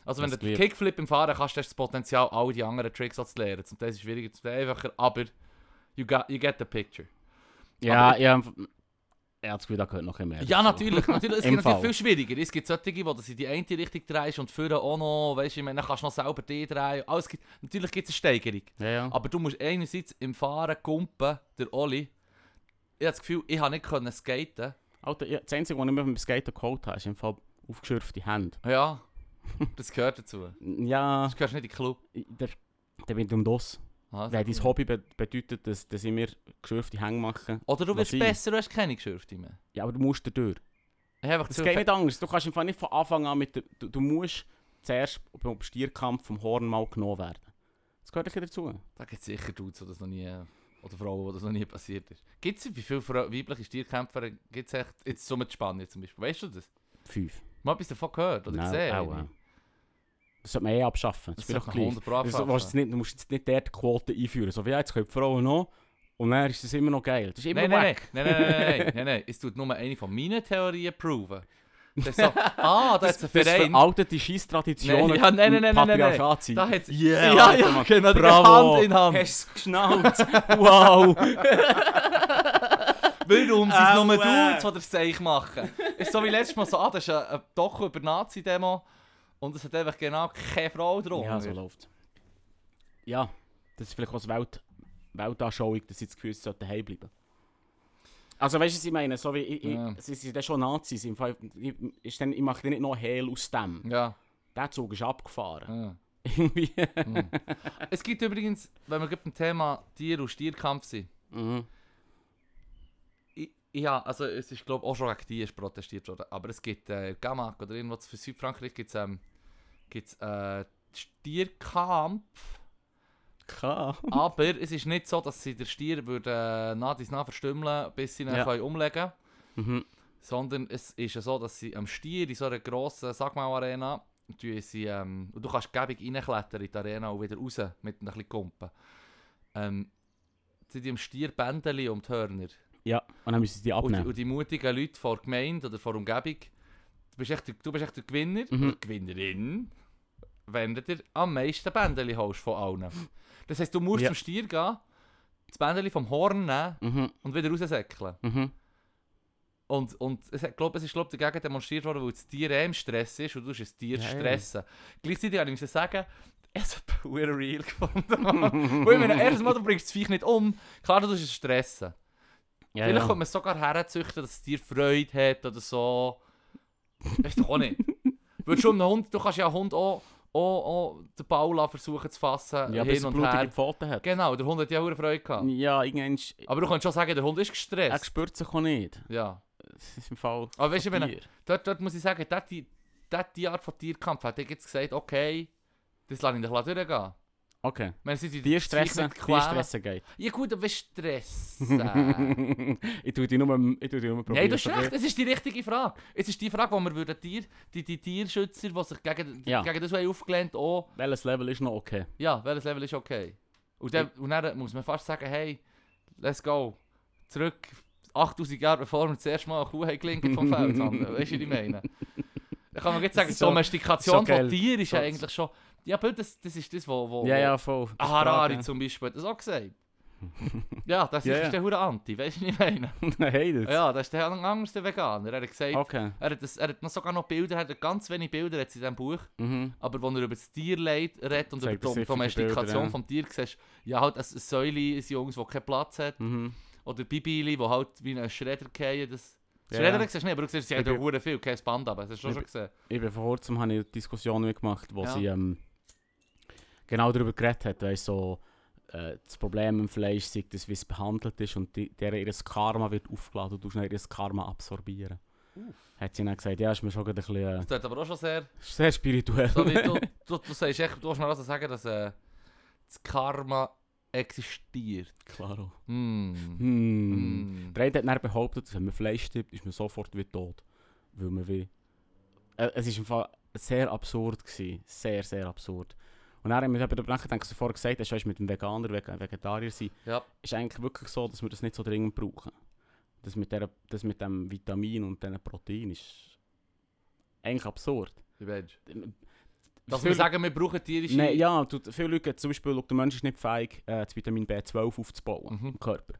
Speaker 2: Also wenn
Speaker 1: Das
Speaker 2: du den
Speaker 1: geht.
Speaker 2: Kickflip im Fahren kannst, hast du das Potenzial, all die anderen Tricks auch zu lernen. Zum Teil ist es schwieriger, zum Teil einfacher, aber you, got, you get the picture.
Speaker 1: Ja, ja. Er hat das Gefühl, da gehört noch ein mehr.
Speaker 2: Ja,
Speaker 1: dazu.
Speaker 2: natürlich, natürlich. Es
Speaker 1: Im
Speaker 2: gibt
Speaker 1: Fall.
Speaker 2: natürlich viel schwieriger. Es gibt solche, die das in die eine Richtung drehst und vorne auch noch, weißt du, ich meine, dann kannst du noch selber die drehen. Alles gibt, natürlich gibt es eine Steigerung.
Speaker 1: Ja, ja.
Speaker 2: Aber du musst einerseits im Fahren kumpen, der Oli. Ich habe das Gefühl, ich habe nicht können skaten.
Speaker 1: Alter, ja, das Einzige, was ich mir beim Skaten geholt habe, ist im Fall aufgeschürfte Hände.
Speaker 2: Ja, das gehört dazu.
Speaker 1: Ja,
Speaker 2: Das gehört nicht in den Club.
Speaker 1: da da bin ich um das.
Speaker 2: Aha,
Speaker 1: Weil
Speaker 2: so.
Speaker 1: dein Hobby be bedeutet, dass, dass ich mir geschürfte Hände mache.
Speaker 2: Oder du wirst
Speaker 1: Was ich-
Speaker 2: besser, du hast keine Geschürfte mehr.
Speaker 1: Ja, aber du musst da durch.
Speaker 2: Ich habe einfach
Speaker 1: Das
Speaker 2: zu
Speaker 1: geht
Speaker 2: viel-
Speaker 1: nicht anders. Du kannst im Fall nicht von Anfang an mit der, du, du musst zuerst beim Stierkampf vom Horn mal genommen werden. Das gehört ein bisschen dazu.
Speaker 2: Da gibt es sicher Dudes, wo das noch nie, oder Frauen, wo das noch nie passiert ist. Gibt es, wie viele Fra- weibliche Stierkämpfer gibt es echt, jetzt so mit Spanien zum Beispiel, weißt du das?
Speaker 1: Fünf.
Speaker 2: Mal etwas davon gehört oder gesehen?
Speaker 1: auch, ja. Das sollte man eh abschaffen. Das,
Speaker 2: Das
Speaker 1: ist mir
Speaker 2: sollte
Speaker 1: doch
Speaker 2: man
Speaker 1: gleich.
Speaker 2: 100 Pro
Speaker 1: Das- Du, musst
Speaker 2: abschaffen.
Speaker 1: jetzt nicht, du musst jetzt nicht dort die Quote einführen. So wie ja, jetzt können die Frauen noch. Und dann ist es immer noch geil. Das ist immer
Speaker 2: Nein,
Speaker 1: weg.
Speaker 2: nein, nein, nein, nein, nein, nein, nein, nein. Es tut nur eine von meinen Theorien proven. Das ist so, ah, da hat es
Speaker 1: Das
Speaker 2: einen Verein.
Speaker 1: veraltete Scheisstraditionen
Speaker 2: Nein, ja, nein, nein, nein, nein, nein,
Speaker 1: Patriarchat sind.
Speaker 2: Da hat's,
Speaker 1: Yeah,
Speaker 2: ja,
Speaker 1: Alter,
Speaker 2: ja,
Speaker 1: Mann.
Speaker 2: genau, Bravo.
Speaker 1: Bravo.
Speaker 2: Hand in Hand.
Speaker 1: Hast du es geschnallt? wow.
Speaker 2: Warum sind es
Speaker 1: Au,
Speaker 2: nur
Speaker 1: äh.
Speaker 2: Dudes, die das Zeich machen? ist so wie letztes Mal so, ah, das ist ein, ein Doku über Nazi-Demo und es hat einfach genau keine Frau drum.
Speaker 1: Ja, so läuft Ja, das ist vielleicht auch das Welt Weltanschauung, dass sie das Gefühl haben, sie sollten daheim bleiben. Also weißt du, was ich meine? So wie ich, ich,
Speaker 2: Ja.
Speaker 1: Sie sind dann schon Nazis. Im Fall, ich, ist dann, ich mache dann nicht noch Hehl aus dem.
Speaker 2: ja.
Speaker 1: Der Zug ist abgefahren.
Speaker 2: ja.
Speaker 1: Irgendwie.
Speaker 2: Es gibt übrigens, wenn wir gerade beim Thema Tier- und Stierkampf sind,
Speaker 1: Mhm.
Speaker 2: Ich- Ja, also es ist glaube auch schon gegen die ist protestiert worden. Aber es gibt äh, Gamac oder irgendwo für Südfrankreich gibt es ähm, gibt's, äh, Stierkampf.
Speaker 1: Klar.
Speaker 2: aber es ist nicht so, dass sie den Stier würden, äh, nach dies nach verstümmeln, bis sie ihn
Speaker 1: Ja.
Speaker 2: können umlegen können.
Speaker 1: Mhm.
Speaker 2: Sondern es ist ja so, dass sie am Stier in so einer grossen Sagmau-Arena tun sie, ähm, und du kannst gäbig reinklettern in die Arena und wieder raus mit ein bisschen Kumpen. Ähm, sie tun dem Stier Bändchen um die Hörner.
Speaker 1: Ja, und dann müssen sie die
Speaker 2: Und Oh, die,
Speaker 1: abnehmen.
Speaker 2: und die mutigen Leute vor der Gemeinde oder vor der Umgebung, du bist echt der, du bist echt der Gewinner
Speaker 1: Mhm.
Speaker 2: oder Gewinnerin, wenn du dir am meisten Bändeli holst von allen. Das heisst, du musst
Speaker 1: Ja.
Speaker 2: zum Stier gehen, das Bändeli vom Horn nehmen
Speaker 1: Mhm.
Speaker 2: und wieder raussäckeln.
Speaker 1: Mhm.
Speaker 2: Und, und es, hat- glaub, es ist glaub, dagegen demonstriert worden, weil das Tier eh im Stress ist und du musst das Tier
Speaker 1: Ja, ja.
Speaker 2: stressen. Gleichzeitig habe ich müssen sagen, es hat eine real gefunden. weil ich meine, äh, erstens mal, du bringst das Viech nicht um, klar, du musst es stressen.
Speaker 1: Ja,
Speaker 2: Vielleicht
Speaker 1: ja.
Speaker 2: kommt man es sogar herzüchten, dass es dir Freude hat oder so. Weißt du auch nicht. Würdest du einem Hund, du kannst ja einen Hund auch, auch, auch den Ball lassen versuchen zu fassen,
Speaker 1: ja, bis
Speaker 2: hin
Speaker 1: er
Speaker 2: und her.
Speaker 1: blutige Pfoten hat.
Speaker 2: Genau, der Hund hat ja auch Freude gehabt.
Speaker 1: Ja, irgendwann... ist-
Speaker 2: Aber du kannst schon sagen, der Hund ist
Speaker 1: Er
Speaker 2: gestresst.
Speaker 1: spürt sich auch nicht.
Speaker 2: Ja.
Speaker 1: Das ist im Fall...
Speaker 2: Aber weißt du, ich meine,
Speaker 1: Tier.
Speaker 2: dort, dort muss ich sagen, dort, die, dort die Art von Tierkampf hat jetzt gesagt, okay, das lasse ich dich durchgehen.
Speaker 1: Okay.
Speaker 2: Wenn sie
Speaker 1: Die stressen, die stressen geht.
Speaker 2: Ja gut, aber stressen.
Speaker 1: ich tue die nur, ich tue die nur
Speaker 2: Nein, du hast recht, es ist die richtige Frage. Es ist die Frage, die wir würden Tier, die, die Tierschützer, die sich gegen,
Speaker 1: Ja.
Speaker 2: gegen das haben aufgelehnt haben,
Speaker 1: Welches Level ist noch okay?
Speaker 2: oh, ja, welches Level ist okay. Und dann, und dann muss man fast sagen, hey, let's go, zurück 8000 Jahre, bevor wir das erste Mal eine Kuh haben gelinkt vom Feld haben. Weißt du, was ich meine? Da kann man jetzt sagen,
Speaker 1: ist so-
Speaker 2: Domestikation
Speaker 1: so geil.
Speaker 2: von Tieren ist ja
Speaker 1: So-
Speaker 2: eigentlich schon... Ja, aber das, das ist das, wo... wo
Speaker 1: Ja, ja, voll. Das
Speaker 2: Harari
Speaker 1: fragt,
Speaker 2: zum Beispiel hat das auch gesagt. ja, das
Speaker 1: Ja, ja.
Speaker 2: ist der hure Anti, weißt du, was ich meine?
Speaker 1: ja. Hey, das.
Speaker 2: Ja, das ist der anders der Veganer. Er hat gesagt,
Speaker 1: Okay.
Speaker 2: er, hat das, er hat noch sogar noch Bilder, er hat ganz wenige Bilder jetzt in diesem Buch,
Speaker 1: Mhm.
Speaker 2: aber wo er über das Tierleid redet und
Speaker 1: Zeigt
Speaker 2: über die
Speaker 1: spezifische Bilder,
Speaker 2: Domestikation
Speaker 1: ja.
Speaker 2: des Tieres, siehst du, ja, halt ein ein Säule, ein Jungs, das keinen Platz hat,
Speaker 1: Mhm.
Speaker 2: oder Bibili, wo halt wie ein Schredder fallen. Das,
Speaker 1: Ja,
Speaker 2: Schredder
Speaker 1: ja.
Speaker 2: siehst du nicht, aber du siehst, sie hat
Speaker 1: Ich
Speaker 2: ja
Speaker 1: bin-
Speaker 2: hure viel, kein Band aber das hast du
Speaker 1: Ich
Speaker 2: schon gesehen.
Speaker 1: Ich bin vor kurzem habe ich eine Diskussion mitgemacht, wo
Speaker 2: Ja.
Speaker 1: sie ähm, genau darüber geredet hat, weißt, so äh, das Problem im Fleisch sei das, wie es behandelt ist und die, deren ihr Karma wird aufgeladen und du schnell ihr Karma absorbieren. Hat sie dann gesagt, ja, ist mir schon gerade ein bisschen äh,
Speaker 2: Das tut aber auch schon sehr...
Speaker 1: sehr spirituell.
Speaker 2: So wie du, du, du sagst echt, du hast mir also sagen, dass äh, das Karma existiert.
Speaker 1: Klaro.
Speaker 2: Hm.
Speaker 1: Hm.
Speaker 2: Hm.
Speaker 1: Der eine hat dann behauptet, dass wenn man Fleisch tippt, ist man sofort wieder tot. Weil man wie... Äh, Es war im Fall sehr absurd. Gewesen. Sehr, sehr absurd. Und dann haben wir darüber nachgedacht, was du vorher gesagt hast, weißt, mit dem Veganer, Veg- Vegetarier sein,
Speaker 2: Ja.
Speaker 1: ist eigentlich wirklich so, dass wir das nicht so dringend brauchen. Das mit, der, das mit dem Vitamin und dem Protein ist eigentlich absurd.
Speaker 2: Ich weiß. Dass wir
Speaker 1: Viele-
Speaker 2: sagen, wir brauchen tierische...
Speaker 1: Nein, ja, du, viele Leute, haben zum Beispiel, schau, der Mensch ist nicht fähig, äh, das Vitamin B12 aufzubauen
Speaker 2: Mhm.
Speaker 1: im Körper.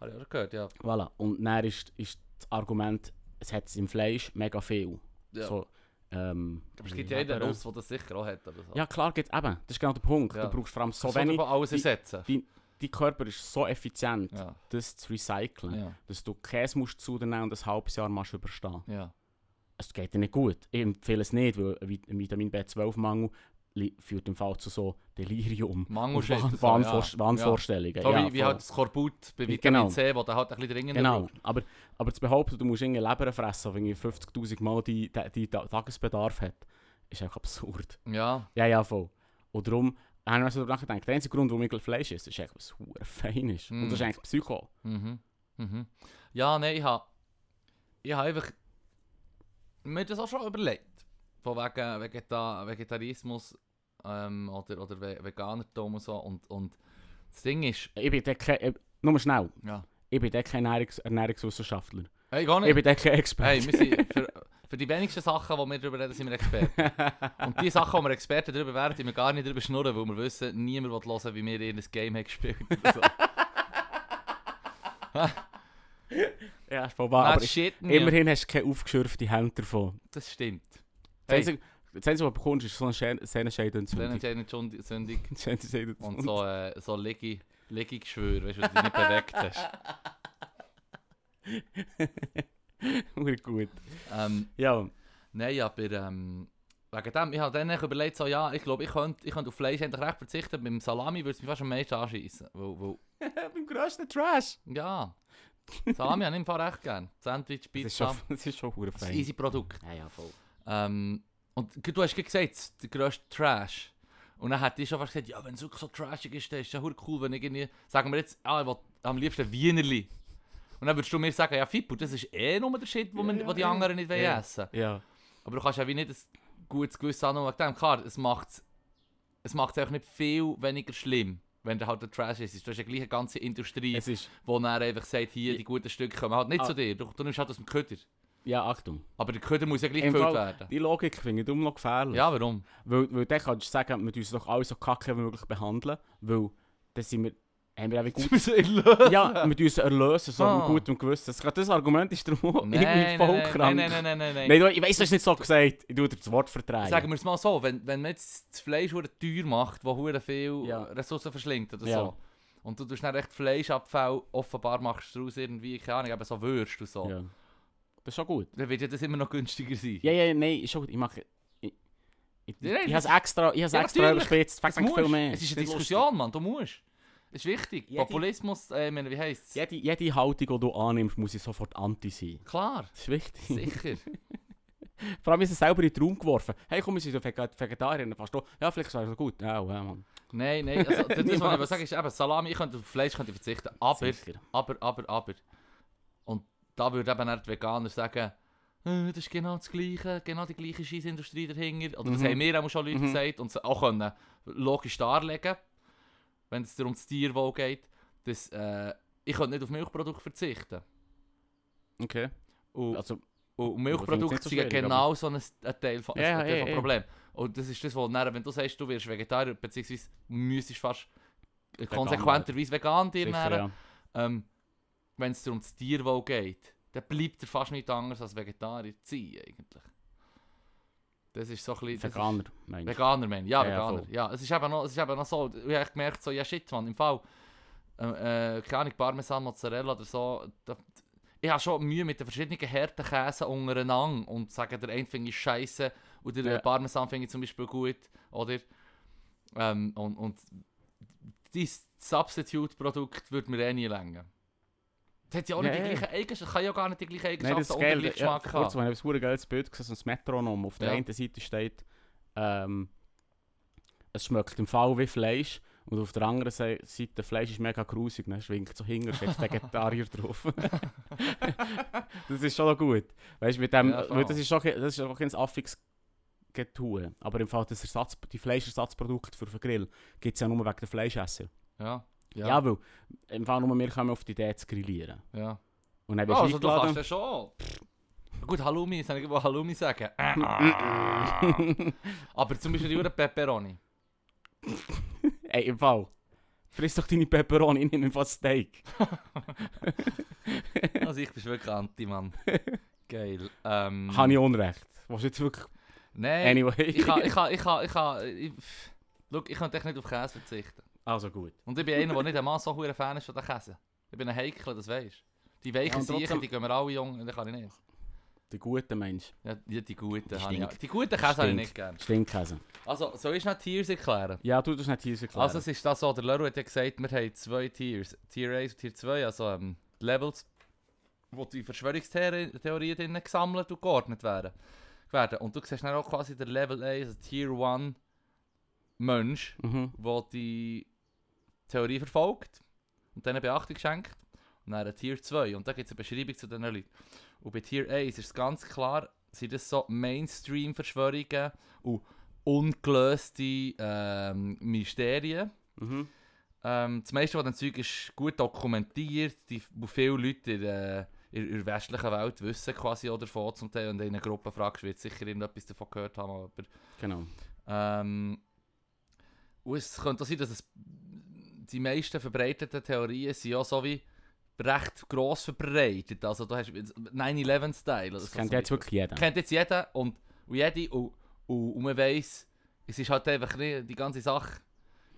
Speaker 2: Habe ich auch schon gehört, ja.
Speaker 1: Voilà. Und dann ist, ist das Argument, es hat es im Fleisch mega viel.
Speaker 2: ja.
Speaker 1: So, ähm,
Speaker 2: Aber es gibt ja eh jeden
Speaker 1: Leber-
Speaker 2: aus, der das sicher auch hat. Oder so.
Speaker 1: Ja, klar gibt es eben. Das ist genau der Punkt.
Speaker 2: Ja.
Speaker 1: Du brauchst vor allem
Speaker 2: so
Speaker 1: so
Speaker 2: wenn
Speaker 1: wenig.
Speaker 2: alles
Speaker 1: die-
Speaker 2: ersetzen.
Speaker 1: Dein Körper ist so effizient,
Speaker 2: Ja,
Speaker 1: das zu recyceln,
Speaker 2: ja,
Speaker 1: dass du Käse musst zu dir nehmen und ein halbes Jahr musst überstehen.
Speaker 2: ja.
Speaker 1: Es geht dir nicht gut. Ich empfehle es nicht, weil ein Vit- ein Vitamin B12-Mangel li- führt im Fall zu so Delirium.
Speaker 2: Mangel
Speaker 1: Wahn-
Speaker 2: so, ja.
Speaker 1: Wahnvor- Wahnvorstellungen.
Speaker 2: So
Speaker 1: Ja,
Speaker 2: wie, wie
Speaker 1: voll.
Speaker 2: halt das Korbut bei Vitamin
Speaker 1: Genau.
Speaker 2: C, wo du halt ein bisschen dringender
Speaker 1: Genau,
Speaker 2: brauchst.
Speaker 1: aber, aber zu behaupten, du musst irgendeine Leber fressen, die irgendwie 50'000 Mal die, die, die Ta- Tagesbedarf hat, ist einfach absurd.
Speaker 2: Ja,
Speaker 1: Ja, ja, voll. Und darum haben wir so darüber nachgedacht, der einzige Grund, warum ich Fleisch esse, ist eigentlich, weil es verdammt fein ist.
Speaker 2: Mm.
Speaker 1: Und das ist eigentlich Psycho.
Speaker 2: mhm. Mhm. Ja, nein, ich habe ich hab einfach mir das auch schon überlegt. Von wegen Vegeta Vegetarismus ähm, oder, oder Ve- Veganertum und so. Und, und das Ding ist,
Speaker 1: Ich bin, der, ich, Nur schnell.
Speaker 2: Ja.
Speaker 1: Ich bin dort kein Ernährungs Ernährungswissenschaftler.
Speaker 2: Hey, gar
Speaker 1: Ich
Speaker 2: nicht.
Speaker 1: bin dort kein Experte.
Speaker 2: Hey, wir sind für, für die wenigsten Sachen, die wir darüber reden, sind wir Experten. Und die Sachen, die wir Experten darüber werden, die wir gar nicht darüber schnurren, weil wir wissen, niemand will hören, wie wir irgendein Game haben gespielt haben. So.
Speaker 1: ja, ist voll wahr.
Speaker 2: Ah,
Speaker 1: aber ich,
Speaker 2: shit, nie.
Speaker 1: immerhin hast du keine aufgeschürfte Hände davon.
Speaker 2: Das stimmt.
Speaker 1: Das
Speaker 2: Hey,
Speaker 1: Einzige, das Einzige, was du bekommst, ist so eine Schä-
Speaker 2: dann
Speaker 1: Sehnenscheidentzündung.
Speaker 2: ist eine Sund- Sündig
Speaker 1: Sehnenscheidentzündung.
Speaker 2: und so, äh, so Leggi. Leggi-Geschwür, weißt du, was du nicht bewegt hast.
Speaker 1: Hure gut.
Speaker 2: Ähm,
Speaker 1: Ja,
Speaker 2: Nein, aber ähm, wegen dem, ich habe dann echt überlegt, so, ja, ich glaube, ich könnte, ich könnte auf Fleisch endlich recht verzichten. Beim Salami würde es mich fast am meisten anschießen. Weil, weil,
Speaker 1: beim grössten Trash.
Speaker 2: ja, Salami habe ich im Fall recht gern. Sandwich,
Speaker 1: Das ist
Speaker 2: Pizza,
Speaker 1: schon, das ist schon hure
Speaker 2: das ist ein
Speaker 1: fein.
Speaker 2: easy Produkt.
Speaker 1: Ja, ja, voll.
Speaker 2: Ähm, und g- du hast gerade gesagt, der grösste Trash. Und dann hat ich schon fast gesagt, ja, wenn es wirklich so trashig ist, dann ist es ja hure cool, wenn ich irgendwie, sagen wir jetzt, ah, ich will am liebsten Wienerli. Und dann würdest du mir sagen, ja, Fippo, das ist eh nur der Shit, den
Speaker 1: Ja,
Speaker 2: man-
Speaker 1: ja,
Speaker 2: den die
Speaker 1: ja.
Speaker 2: anderen nicht wollen
Speaker 1: Ja.
Speaker 2: essen
Speaker 1: Ja,
Speaker 2: Aber du kannst ja wie nicht ein gutes Gewissen haben wegen dem. Klar, es macht es macht's einfach nicht viel weniger schlimm, wenn du halt der Trash ist. Du hast ja gleich eine ganze Industrie,
Speaker 1: es ist...
Speaker 2: wo dann einfach sagt, hier, die guten Stücke kommen halt nicht
Speaker 1: Ah.
Speaker 2: zu dir. Du, du nimmst halt aus dem Köder.
Speaker 1: Ja, Achtung.
Speaker 2: Aber der Köder muss ja gleich
Speaker 1: Im
Speaker 2: gefüllt
Speaker 1: Fall-
Speaker 2: werden.
Speaker 1: Die Logik finde ich darum noch gefährlich.
Speaker 2: Ja, warum?
Speaker 1: Weil, weil dann kannst du sagen, wir tun uns doch alle so kacke wie möglich behandeln, weil dann sind wir, haben wir einfach
Speaker 2: Das
Speaker 1: gut...
Speaker 2: müssen wir lösen.
Speaker 1: ja, wir tun uns erlösen, so
Speaker 2: Ah.
Speaker 1: mit gutem Gewissen. Das, gerade das Argument ist darum auch irgendwie
Speaker 2: Nein, nein,
Speaker 1: voll
Speaker 2: nein,
Speaker 1: krank.
Speaker 2: nein, nein, nein, nein, nein, nein.
Speaker 1: Nein, du, ich weiss, du hast nicht so gesagt. Ich tue dir das Wort verdrehen.
Speaker 2: Sagen wir es mal so, wenn, wenn man jetzt das Fleisch hure teuer macht, das hure viel
Speaker 1: Ja.
Speaker 2: Ressourcen verschlingt oder
Speaker 1: Ja.
Speaker 2: so, und du tust dann echt Fleischabfall, offenbar machst du daraus irgendwie, keine Ahnung, eben so Würst und so,
Speaker 1: Ja. Das ist schon gut.
Speaker 2: dann wird ja das immer noch günstiger sein.
Speaker 1: Ja, ja, nein, ist schon gut. Ich mache... Ich, ich,
Speaker 2: Nein,
Speaker 1: ich
Speaker 2: das-
Speaker 1: habe es extra, ich habe es
Speaker 2: Ja,
Speaker 1: extra
Speaker 2: natürlich.
Speaker 1: überspitzt. Fakt
Speaker 2: Das
Speaker 1: fängt
Speaker 2: musst.
Speaker 1: viel mehr.
Speaker 2: Es ist eine
Speaker 1: Nicht
Speaker 2: Diskussion, Mann, du musst. Es ist wichtig.
Speaker 1: Jede-
Speaker 2: Populismus, äh, ich meine, wie heisst es?
Speaker 1: lustig. Jede, jede Haltung, die du annimmst, muss ich sofort anti sein.
Speaker 2: Klar,
Speaker 1: Das ist wichtig.
Speaker 2: sicher.
Speaker 1: Vor allem ist er selber in den Raum geworfen. Hey, komm, wir sind doch Vega- Vegetarier. Dann fährst du, ja, vielleicht wäre es gut. Ja, oh, ja, Mann.
Speaker 2: nein, nein, also, das, was ich
Speaker 1: Niemals.
Speaker 2: aber sage, ist eben, Salami, ich könnte auf Fleisch könnte ich verzichten, aber,
Speaker 1: Sicher.
Speaker 2: aber, aber, aber. Und da würde eben dann die Veganer sagen, «Äh, das ist genau das Gleiche, genau die gleiche Scheissindustrie dahinter. Oder das
Speaker 1: Mhm.
Speaker 2: haben mir auch schon Leute
Speaker 1: Mhm.
Speaker 2: gesagt und sie auch können logisch darlegen, wenn es darum das Tierwohl geht, dass äh, ich könnte nicht auf Milchprodukte verzichten.
Speaker 1: Okay.
Speaker 2: Und,
Speaker 1: Also,
Speaker 2: Und
Speaker 1: Aber
Speaker 2: Milchprodukte
Speaker 1: das ist
Speaker 2: sind
Speaker 1: nicht so
Speaker 2: ja
Speaker 1: schwierig,
Speaker 2: genau so ein, ein Teil von, ein
Speaker 1: Ja,
Speaker 2: Teil
Speaker 1: ja,
Speaker 2: von
Speaker 1: ja.
Speaker 2: Problem. Und das ist das, was dann, wenn du sagst, du wirst Vegetarier, beziehungsweise müsstest fast konsequenterweise vegan dir
Speaker 1: sicher,
Speaker 2: ernähren,
Speaker 1: ja.
Speaker 2: ähm, wenn es darum das Tierwohl geht, dann bleibt dir fast nichts anderes als Vegetarier zu sein, eigentlich. Das ist so ein bisschen... das
Speaker 1: Veganer,
Speaker 2: Ist,
Speaker 1: meinst du?
Speaker 2: Veganer, Mann. Ja,
Speaker 1: Ja, ja,
Speaker 2: Veganer.
Speaker 1: voll.
Speaker 2: Ja, es ist eben noch, es ist eben noch so, ich habe echt gemerkt, so, ja shit, Mann, im Fall, äh, äh, keine Ahnung, Parmesan, Mozzarella oder so, da, ich habe schon Mühe mit den verschiedenen harten Käsen untereinander und sage, der eine finde ich scheiße und der
Speaker 1: Ja.
Speaker 2: Parmesan finde ich zum Beispiel gut, oder? Ähm, und, und dieses Substitute-Produkt würde mir eh nie länger. Das hat ja auch nicht
Speaker 1: Nee.
Speaker 2: die gleichen Eigenschaften, kann ja gar nicht die gleichen
Speaker 1: Nein,
Speaker 2: Eigenschaften
Speaker 1: das ist
Speaker 2: und
Speaker 1: geil. Ja,
Speaker 2: den gleichen
Speaker 1: vor
Speaker 2: Geschmack haben.
Speaker 1: kurzem habe ich ein verdammt geiles Bild gesehen, so ein Metronom. Auf der
Speaker 2: Ja.
Speaker 1: einen Seite steht, ähm, es schmeckt im Fall wie Fleisch. Und auf der anderen Se- Seite, Fleisch ist mega grusig, dann schwingt so hinten, steht Vegetarier drauf. das ist schon noch gut. Weißt du, mit dem,
Speaker 2: Ja, voll.
Speaker 1: weil das ist schon ke- das ist auch kein affiges Getue. Aber im Fall des Ersatz, die Fleischersatzprodukte für den Grill gibt es ja nur wegen der Fleischesser.
Speaker 2: Ja,
Speaker 1: Ja.
Speaker 2: ja, ja.
Speaker 1: weil im Fall nur wir kommen auf die Idee zu grillieren. Und dann
Speaker 2: Oh,
Speaker 1: wirst du
Speaker 2: also du
Speaker 1: eingeladen.
Speaker 2: kannst ja schon. Gut, Halloumi, jetzt habe ich irgendwo Halloumi sagen.
Speaker 1: Mm,
Speaker 2: Aber zum Beispiel die Uhr Pepperoni.
Speaker 1: Ey, im Fall. Friss doch deine Peperoni, ich nehme fast Steak.
Speaker 2: Also ich bin wirklich anti, Mann. Geil. Ähm,
Speaker 1: Habe ich Unrecht. Was jetzt wirklich.
Speaker 2: Nein,
Speaker 1: Anyway.
Speaker 2: ich kann, ich kann, ich kann, ich kann... Ich, Schau, ich könnte echt nicht auf Käse verzichten.
Speaker 1: also gut.
Speaker 2: Und ich bin einer, der nicht einmal so ein Fan ist von den Käse. Ich bin ein Heikler, das weisst du. Die
Speaker 1: Ja,
Speaker 2: weichen
Speaker 1: und trotzdem-
Speaker 2: Siechen, die gehen mir alle jung und die kann ich nicht.
Speaker 1: Der gute Mensch.
Speaker 2: Ja, die, die guten
Speaker 1: Die
Speaker 2: habe ich
Speaker 1: stinkt.
Speaker 2: auch. Die guten Käse habe ich
Speaker 1: Stinkt.
Speaker 2: nicht gern.
Speaker 1: Stinkkäse.
Speaker 2: Also, soll ich noch Tiers erklären?
Speaker 1: Ja, du das nicht hier erklären.
Speaker 2: Also es ist das so, der Leru hat ja gesagt, wir haben zwei Tiers. Tier 1 und Tier 2, also ähm, die Levels, wo die Verschwörungstheorien drin gesammelt und geordnet werden. werden. Und du siehst dann auch quasi der Level 1, also Tier 1 Mensch,
Speaker 1: mhm.
Speaker 2: wo die Theorie verfolgt und denen Beachtung schenkt. Und dann ein Tier 2 und da gibt es eine Beschreibung zu diesen Leuten. Und bei Tier 1 ist es ganz klar, sind das so Mainstream-Verschwörungen und ungelöste ähm, Mysterien.
Speaker 1: Mhm.
Speaker 2: Ähm, das meiste von dem Zeug ist gut dokumentiert, die, wo viele Leute in, äh, in, in der westlichen Welt wissen quasi auch davon zum Teil. Und in einer Gruppe fragst, wird sicher irgendetwas davon gehört haben. Aber,
Speaker 1: Genau.
Speaker 2: ähm, und es könnte auch sein, dass es, die meisten verbreiteten Theorien sind ja so wie recht gross verbreitet. Also du hast 9-11-Style. oder
Speaker 1: Das
Speaker 2: so
Speaker 1: kennt
Speaker 2: zum
Speaker 1: jetzt
Speaker 2: Beispiel.
Speaker 1: wirklich jeder.
Speaker 2: Kennt jetzt jeder und, und jede und, und, und man weiss, es ist halt einfach nicht, die ganze Sache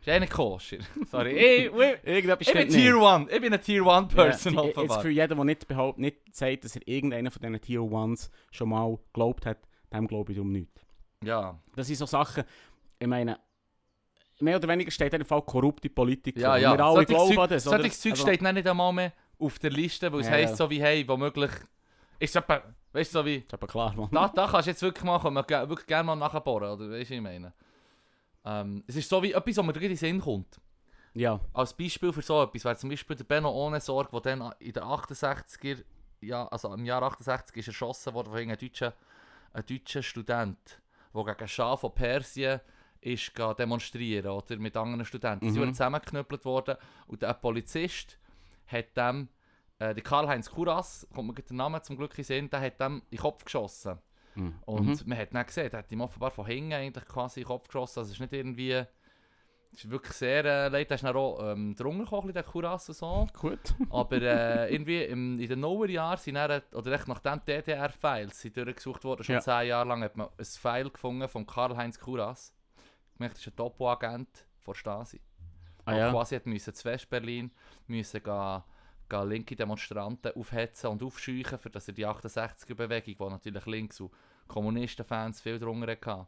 Speaker 2: ist eigentlich koscher. Sorry, ich, ich,
Speaker 1: Irgendetwas
Speaker 2: ich bin
Speaker 1: stimmt nicht.
Speaker 2: Tier 1, ich bin ein Tier 1 Person
Speaker 1: Ja, ich- Jetzt
Speaker 2: offenbar.
Speaker 1: für jeden, der nicht, behaupt, nicht sagt, dass er irgendeiner von diesen Tier Ones schon mal geglaubt hat, dem glaube ich um nichts.
Speaker 2: Ja,
Speaker 1: Das sind so Sachen, ich meine, mehr oder weniger steht in dem Fall korrupte Politiker.
Speaker 2: ja,
Speaker 1: Und
Speaker 2: ja.
Speaker 1: Wir alle
Speaker 2: Solches
Speaker 1: glauben
Speaker 2: Zeug-
Speaker 1: an das. oder?
Speaker 2: Solches Zeug
Speaker 1: Also,
Speaker 2: steht dann nicht einmal mehr auf der Liste, weil es
Speaker 1: Ja,
Speaker 2: heisst
Speaker 1: ja.
Speaker 2: so wie, hey, womöglich ist es etwa, weißt du, so wie,
Speaker 1: Ist aber klar, Mann.
Speaker 2: da, da kannst du jetzt wirklich machen, man kann wirklich gerne mal nachbohren, oder weißt du, was ich meine. Ähm, es ist so wie etwas, was mir direkt in den Sinn kommt.
Speaker 1: Ja,
Speaker 2: Als Beispiel für so etwas wäre zum Beispiel der Benno ohne Sorge, der dann in den 68er, ja, also im Jahr 68 ist erschossen worden von einem deutschen, einem deutschen Student, der gegen Schah von Persien ist gegangen demonstrieren oder mit anderen Studenten. Sie
Speaker 1: Mhm.
Speaker 2: wurden zusammengeknüppelt worden und ein Polizist hat dem, äh, der Karl-Heinz Kuras, kommt mir gerade der Name zum Glück in den Sinn, der hat dem in den Kopf geschossen.
Speaker 1: Mhm.
Speaker 2: Und
Speaker 1: Mhm.
Speaker 2: man hat dann gesehen, er hat ihm offenbar von hinten eigentlich quasi in den Kopf geschossen. Also es ist nicht irgendwie... Es ist wirklich sehr äh, leid, er ist dann auch ähm, drunter gekommen, der Kuras und so.
Speaker 1: Gut.
Speaker 2: Aber äh, irgendwie im, in den Nullerjahren sind dann, äh, oder echt nachdem die DDR-Files sind durchgesucht wurden, schon
Speaker 1: Ja.
Speaker 2: zehn Jahre lang, hat man ein File gefunden von Karl-Heinz Kuras. Gemerkt, das ist ein Topo-Agent von Stasi.
Speaker 1: Ah,
Speaker 2: Der
Speaker 1: ja.
Speaker 2: quasi hat müssen zu West-Berlin müssen gehen, gehen linke Demonstranten aufhetzen und aufscheuchen, für dass er die 68er-Bewegung, die natürlich links und Kommunistenfans viel drunter hatten,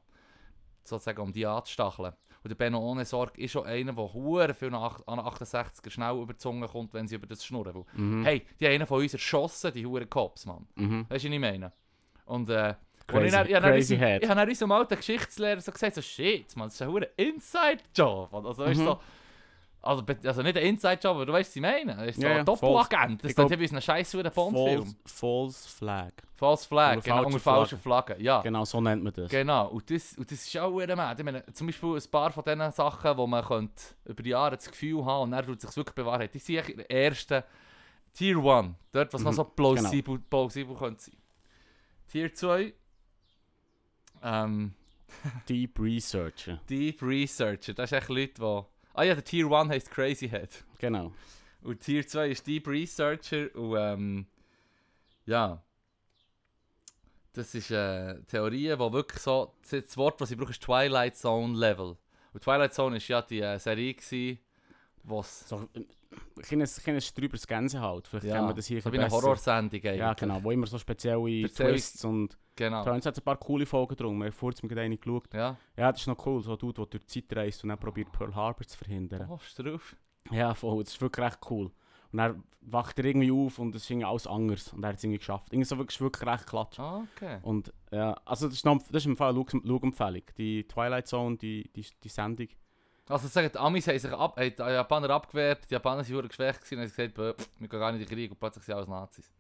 Speaker 2: sozusagen um die anzustacheln. Und der Benno ohne Sorge ist schon einer, der hure viel nach- an 68er schnell über die Zunge kommt, wenn sie über das schnurren. Weil,
Speaker 1: Mhm.
Speaker 2: Hey, die haben einen von uns erschossen, die hure Cops, Mann.
Speaker 1: Mhm.
Speaker 2: Weißt du, was ich meine? Und äh, und
Speaker 1: Crazy,
Speaker 2: ich, hab- ich, hab dann
Speaker 1: crazy
Speaker 2: unserem-
Speaker 1: head.
Speaker 2: ich habe dann unserem alten Geschichtslehrer so gesagt, so shit, man, das ist ein verdammter Inside-Job. Und Also, weißt du,
Speaker 1: Mhm.
Speaker 2: so, also, be- also nicht ein Inside-Job, aber du weißt, was ich meine. Weißt, du, so
Speaker 1: Ja,
Speaker 2: ein
Speaker 1: ja,
Speaker 2: Doppelagent, das
Speaker 1: Ich
Speaker 2: ist dann
Speaker 1: glaub-
Speaker 2: ein scheiß verdammter
Speaker 1: False,
Speaker 2: Bond-Film.
Speaker 1: false Flag. nou
Speaker 2: False Flag,
Speaker 1: Unter
Speaker 2: genau,
Speaker 1: falscher
Speaker 2: unter falscher Flagge, ja.
Speaker 1: Genau, so nennt man das.
Speaker 2: Genau, und das, und das ist auch verdammt mad. Ich meine, zum Beispiel ein paar von diesen Sachen, die man könnte über die Jahre das Gefühl haben und dann tut es sich wirklich bewahrheit. Die sind eigentlich in der ersten Tier 1, dort, was noch
Speaker 1: Mhm,
Speaker 2: so plausibel, plausibel könnte sein. Tier 2, ähm,
Speaker 1: Deep Researcher.
Speaker 2: Deep Researcher. Das ist echt Leute, die. Ah ja, der Tier 1 heisst Crazy Head.
Speaker 1: Genau.
Speaker 2: Und Tier 2 ist Deep Researcher und ähm, ja. Das ist äh, Theorien, die wirklich so. Das Wort, was ich brauche, ist Twilight Zone Level. Und Twilight Zone war ja die äh, Serie, die was.
Speaker 1: So, äh, ein kleines, kleines drüber Gänsehaut. Vielleicht
Speaker 2: Ja,
Speaker 1: kennen wir das hier
Speaker 2: so
Speaker 1: ein
Speaker 2: wie
Speaker 1: bisschen
Speaker 2: eine
Speaker 1: besser.
Speaker 2: Horrorsendung eigentlich.
Speaker 1: Ja, nou. genau. Wo immer so spezielle
Speaker 2: Erzähl ich-
Speaker 1: Twists und... Da
Speaker 2: Genau.
Speaker 1: haben jetzt ein paar coole Folgen drum. Wir haben vorhin mit einem geschaut.
Speaker 2: Ja,
Speaker 1: Ja, das ist noch cool. So ein Dude, der durch die Zeit reist und dann probiert Pearl Harbor zu verhindern.
Speaker 2: hoffst du Oh, drauf?
Speaker 1: Ja, voll. Das ist wirklich recht cool. Und dann wacht er irgendwie auf und es ist irgendwie alles anders. Und er hat es irgendwie geschafft. Irgendwie so wirklich, wirklich recht klatsch.
Speaker 2: Ah, okay.
Speaker 1: Und ja, also das ist, noch, das ist im Fall eine Schau- Schauempfehlung. Die Twilight Zone, die, die, die Sendung.
Speaker 2: Also sagen, die Amis haben sich ab, haben die Japaner abgewehrt, die Japaner waren verdammt geschwächt gewesen und haben gesagt, «Bö, pff, wir gehen gar nicht in den Krieg und plötzlich sind alles Nazis.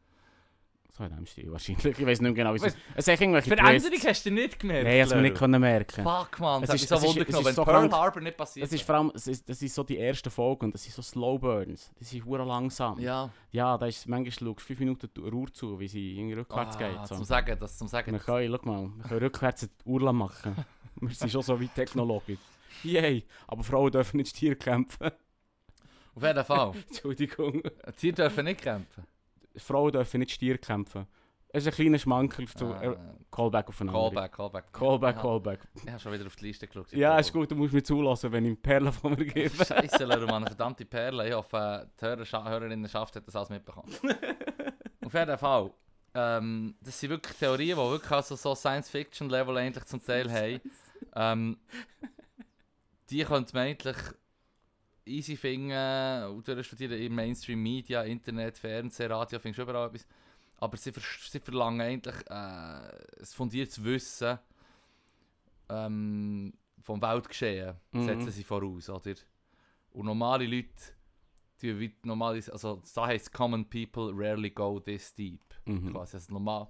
Speaker 1: So in dem Stil wahrscheinlich. Ich weiß nicht mehr genau, wie es
Speaker 2: Weiss-
Speaker 1: ist. Es sind irgendwelche
Speaker 2: Veränderung
Speaker 1: Twists.
Speaker 2: hast du nicht gemerkt.
Speaker 1: Nein, das wir nicht können merken.
Speaker 2: Fuck, man,
Speaker 1: Es
Speaker 2: das
Speaker 1: ist-
Speaker 2: ist so
Speaker 1: es ist-
Speaker 2: wunderbar,
Speaker 1: es ist
Speaker 2: wenn
Speaker 1: so
Speaker 2: Pearl
Speaker 1: krank.
Speaker 2: Harbor nicht passiert
Speaker 1: Es ist
Speaker 2: wäre.
Speaker 1: vor allem, es ist, das sind so die ersten Folgen, das sind so Slow Burns. Die sind hure langsam. Ja.
Speaker 2: Ja,
Speaker 1: da ist manchmal schaust du fünf Minuten die Uhr zu, wie sie irgendwie rückwärts
Speaker 2: Ah,
Speaker 1: geht.
Speaker 2: zum
Speaker 1: So.
Speaker 2: Sagen, das zum Sagen.
Speaker 1: Wir können, schau mal, wir können rückwärts die Uhr lang machen. wir sind schon so weit technologisch. Yay! Aber Frauen dürfen nicht Tier kämpfen.
Speaker 2: Auf jeden Fall.
Speaker 1: Entschuldigung.
Speaker 2: Die dürfen nicht kämpfen.
Speaker 1: Frauen dürfen nicht Stier kämpfen. Es ist ein kleiner Schmankerl zu äh,
Speaker 2: Ah,
Speaker 1: Callback auf eine andere.
Speaker 2: Callback, Callback.
Speaker 1: Callback,
Speaker 2: Ja,
Speaker 1: Callback.
Speaker 2: Ich habe schon wieder auf die Liste geschaut.
Speaker 1: Ja, ist gut, du musst mir zulassen, wenn ich ihm Perlen von mir gebe.
Speaker 2: Scheiße, Leute, Mann, verdammte Perle. Ich hoffe, äh, die Hörerscha Hörerinnenschaft hat das alles mitbekommen. Auf jeden Fall. Ähm, das sind wirklich Theorien, die wirklich also so Science-Fiction-Level eigentlich zum Teil haben. Ähm, die könnte man eigentlich easy finden und durchstudieren im Mainstream-Media, Internet, Fernsehen, Radio, findest du überall etwas. Aber sie, vers- sie verlangen eigentlich äh, ein fundiertes Wissen ähm, vom Weltgeschehen,
Speaker 1: Mhm.
Speaker 2: setzen sie voraus, oder? Und normale Leute, die wie normale, also da heisst Common People rarely go this deep.
Speaker 1: mhm.
Speaker 2: Quasi, also normal,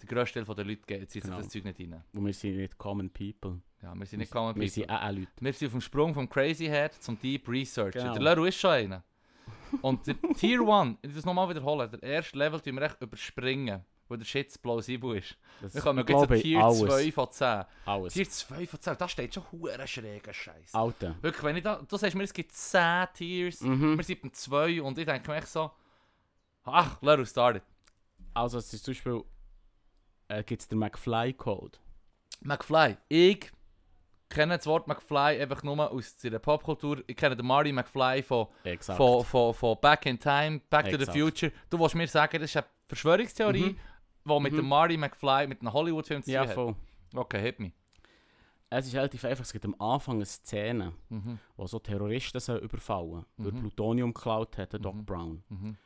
Speaker 2: der grösste Teil der Leute geht, zieht
Speaker 1: Genau.
Speaker 2: sich das Zeug nicht rein.
Speaker 1: Und wir sind nicht common people.
Speaker 2: Ja, wir sind nicht Common
Speaker 1: Wir
Speaker 2: People.
Speaker 1: sind auch Leute.
Speaker 2: Wir sind auf dem Sprung vom Crazy Head zum Deep Researcher.
Speaker 1: Genau.
Speaker 2: Der Leru ist schon einer. Und der Tier 1, ich muss das nochmal wiederholen, der erste Level tun wir echt überspringen, weil der Shit plausibel ist.
Speaker 1: Das
Speaker 2: Wir kommen jetzt
Speaker 1: glaube
Speaker 2: zu
Speaker 1: ich,
Speaker 2: Tier 2 von 10.
Speaker 1: Alles.
Speaker 2: Tier 2 von 10, da steht schon hure schräger Scheiß.
Speaker 1: Alter.
Speaker 2: Wirklich, wenn ich da, du sagst mir, es gibt 10 Tiers,
Speaker 1: Mhm.
Speaker 2: wir sind beim 2 und ich denke mir echt so, ach, Leru started.
Speaker 1: Also, es ist zum Beispiel. Äh, Gibt es den McFly-Code?
Speaker 2: McFly, ich kenne das Wort McFly einfach nur aus der Popkultur. Ich kenne den Marty McFly von
Speaker 1: Exakt.
Speaker 2: von, von, von Back in Time, Back to the
Speaker 1: Exakt.
Speaker 2: Future. Du willst mir sagen, das ist eine Verschwörungstheorie, die mit
Speaker 1: Mhm.
Speaker 2: dem Marty McFly, mit einem Hollywood-Film zu
Speaker 1: ja,
Speaker 2: tun hat.
Speaker 1: voll.
Speaker 2: Okay, hit me.
Speaker 1: Es ist relativ einfach. Es gibt am Anfang eine Szene,
Speaker 2: Mhm,
Speaker 1: wo so Terroristen sollen überfallen weil
Speaker 2: Mhm.
Speaker 1: Plutonium geklaut hat, der Doc
Speaker 2: Mhm.
Speaker 1: Brown.
Speaker 2: mhm.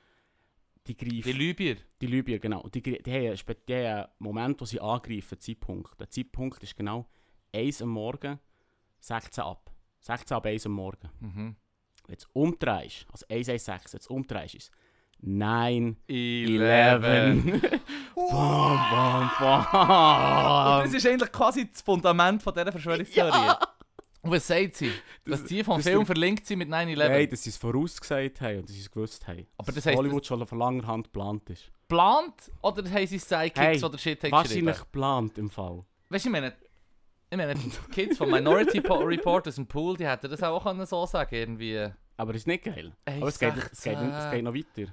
Speaker 1: Die greifen.
Speaker 2: Die Libyer.
Speaker 1: Die Libyen, genau. Die, gre- die, haben einen spe- die haben einen Moment, wo sie angreifen, einen Zeitpunkt. Der Zeitpunkt ist genau 1 am Morgen, 16 ab. 16 ab 1 am Morgen.
Speaker 2: Mhm.
Speaker 1: Wenn du es umdrehst, also 1, 1, 6, wenn du es umdrehst, ist es 9,
Speaker 2: 11.
Speaker 1: 11. bam, bam, bam.
Speaker 2: Das ist eigentlich quasi das Fundament von dieser Verschwörungstheorie. Und was sagt sie? Dass die vom
Speaker 1: das-
Speaker 2: Film verlinkt sind mit 9-11.
Speaker 1: Nein, dass sie es vorausgesagt haben und dass sie es gewusst haben.
Speaker 2: Aber
Speaker 1: Dass
Speaker 2: das heisst,
Speaker 1: Hollywood schon von langer Hand geplant ist.
Speaker 2: Geplant oder haben sie Sidekicks
Speaker 1: Hey,
Speaker 2: oder Shit haben
Speaker 1: Wahrscheinlich geplant im Fall.
Speaker 2: Weißt du, ich meine, ich meine, die Kids von Minority Po- Report aus dem Pool, die hätten das auch können so sagen irgendwie.
Speaker 1: Aber ist nicht geil. Aber es geht, es, geht, es geht noch weiter.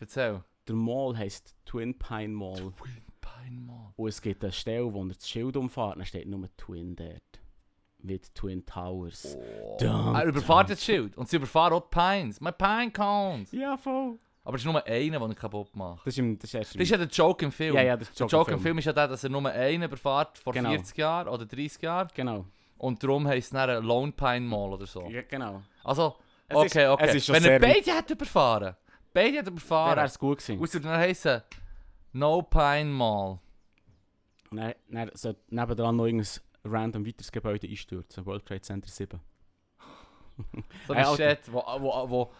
Speaker 2: Erzähl.
Speaker 1: Der Mall heisst Twin Pine Mall.
Speaker 2: Peinmal.
Speaker 1: Und es gibt eine Stelle, wo er das Schild umfährt, dann steht nur Twin dort. Mit Twin Towers. Dum,
Speaker 2: Oh. Er überfährt das Schild und sie überfahren auch die Pines. Mein Pine cones.
Speaker 1: Ja, voll.
Speaker 2: Aber es ist nur einer, den er kaputt macht.
Speaker 1: Das ist, im, das ist erst
Speaker 2: Das ist ja der Joke im Film.
Speaker 1: ja, ja, das ist
Speaker 2: der Joke im Film ist ja der, dass er nur einen überfährt vor
Speaker 1: Genau.
Speaker 2: 40 Jahren oder 30 Jahren
Speaker 1: Genau.
Speaker 2: und darum heisst es dann eh, Lone Pine Mall oder so.
Speaker 1: Ja, genau.
Speaker 2: Also,
Speaker 1: Es
Speaker 2: okay,
Speaker 1: ist-
Speaker 2: okay.
Speaker 1: es ist schon
Speaker 2: Wenn er
Speaker 1: sehr-
Speaker 2: beide hätte überfahren, beide
Speaker 1: Dann
Speaker 2: hätte
Speaker 1: wäre
Speaker 2: überfahren,
Speaker 1: es gut gewesen.
Speaker 2: und sie dann heissen No Pine Mall.
Speaker 1: Und Dann, dann sollte nebendran noch irgendein random weiteres Gebäude einstürzen. World Trade Center 7.
Speaker 2: So
Speaker 1: Hey,
Speaker 2: ein
Speaker 1: Alter.
Speaker 2: Shit, wo, wo, wo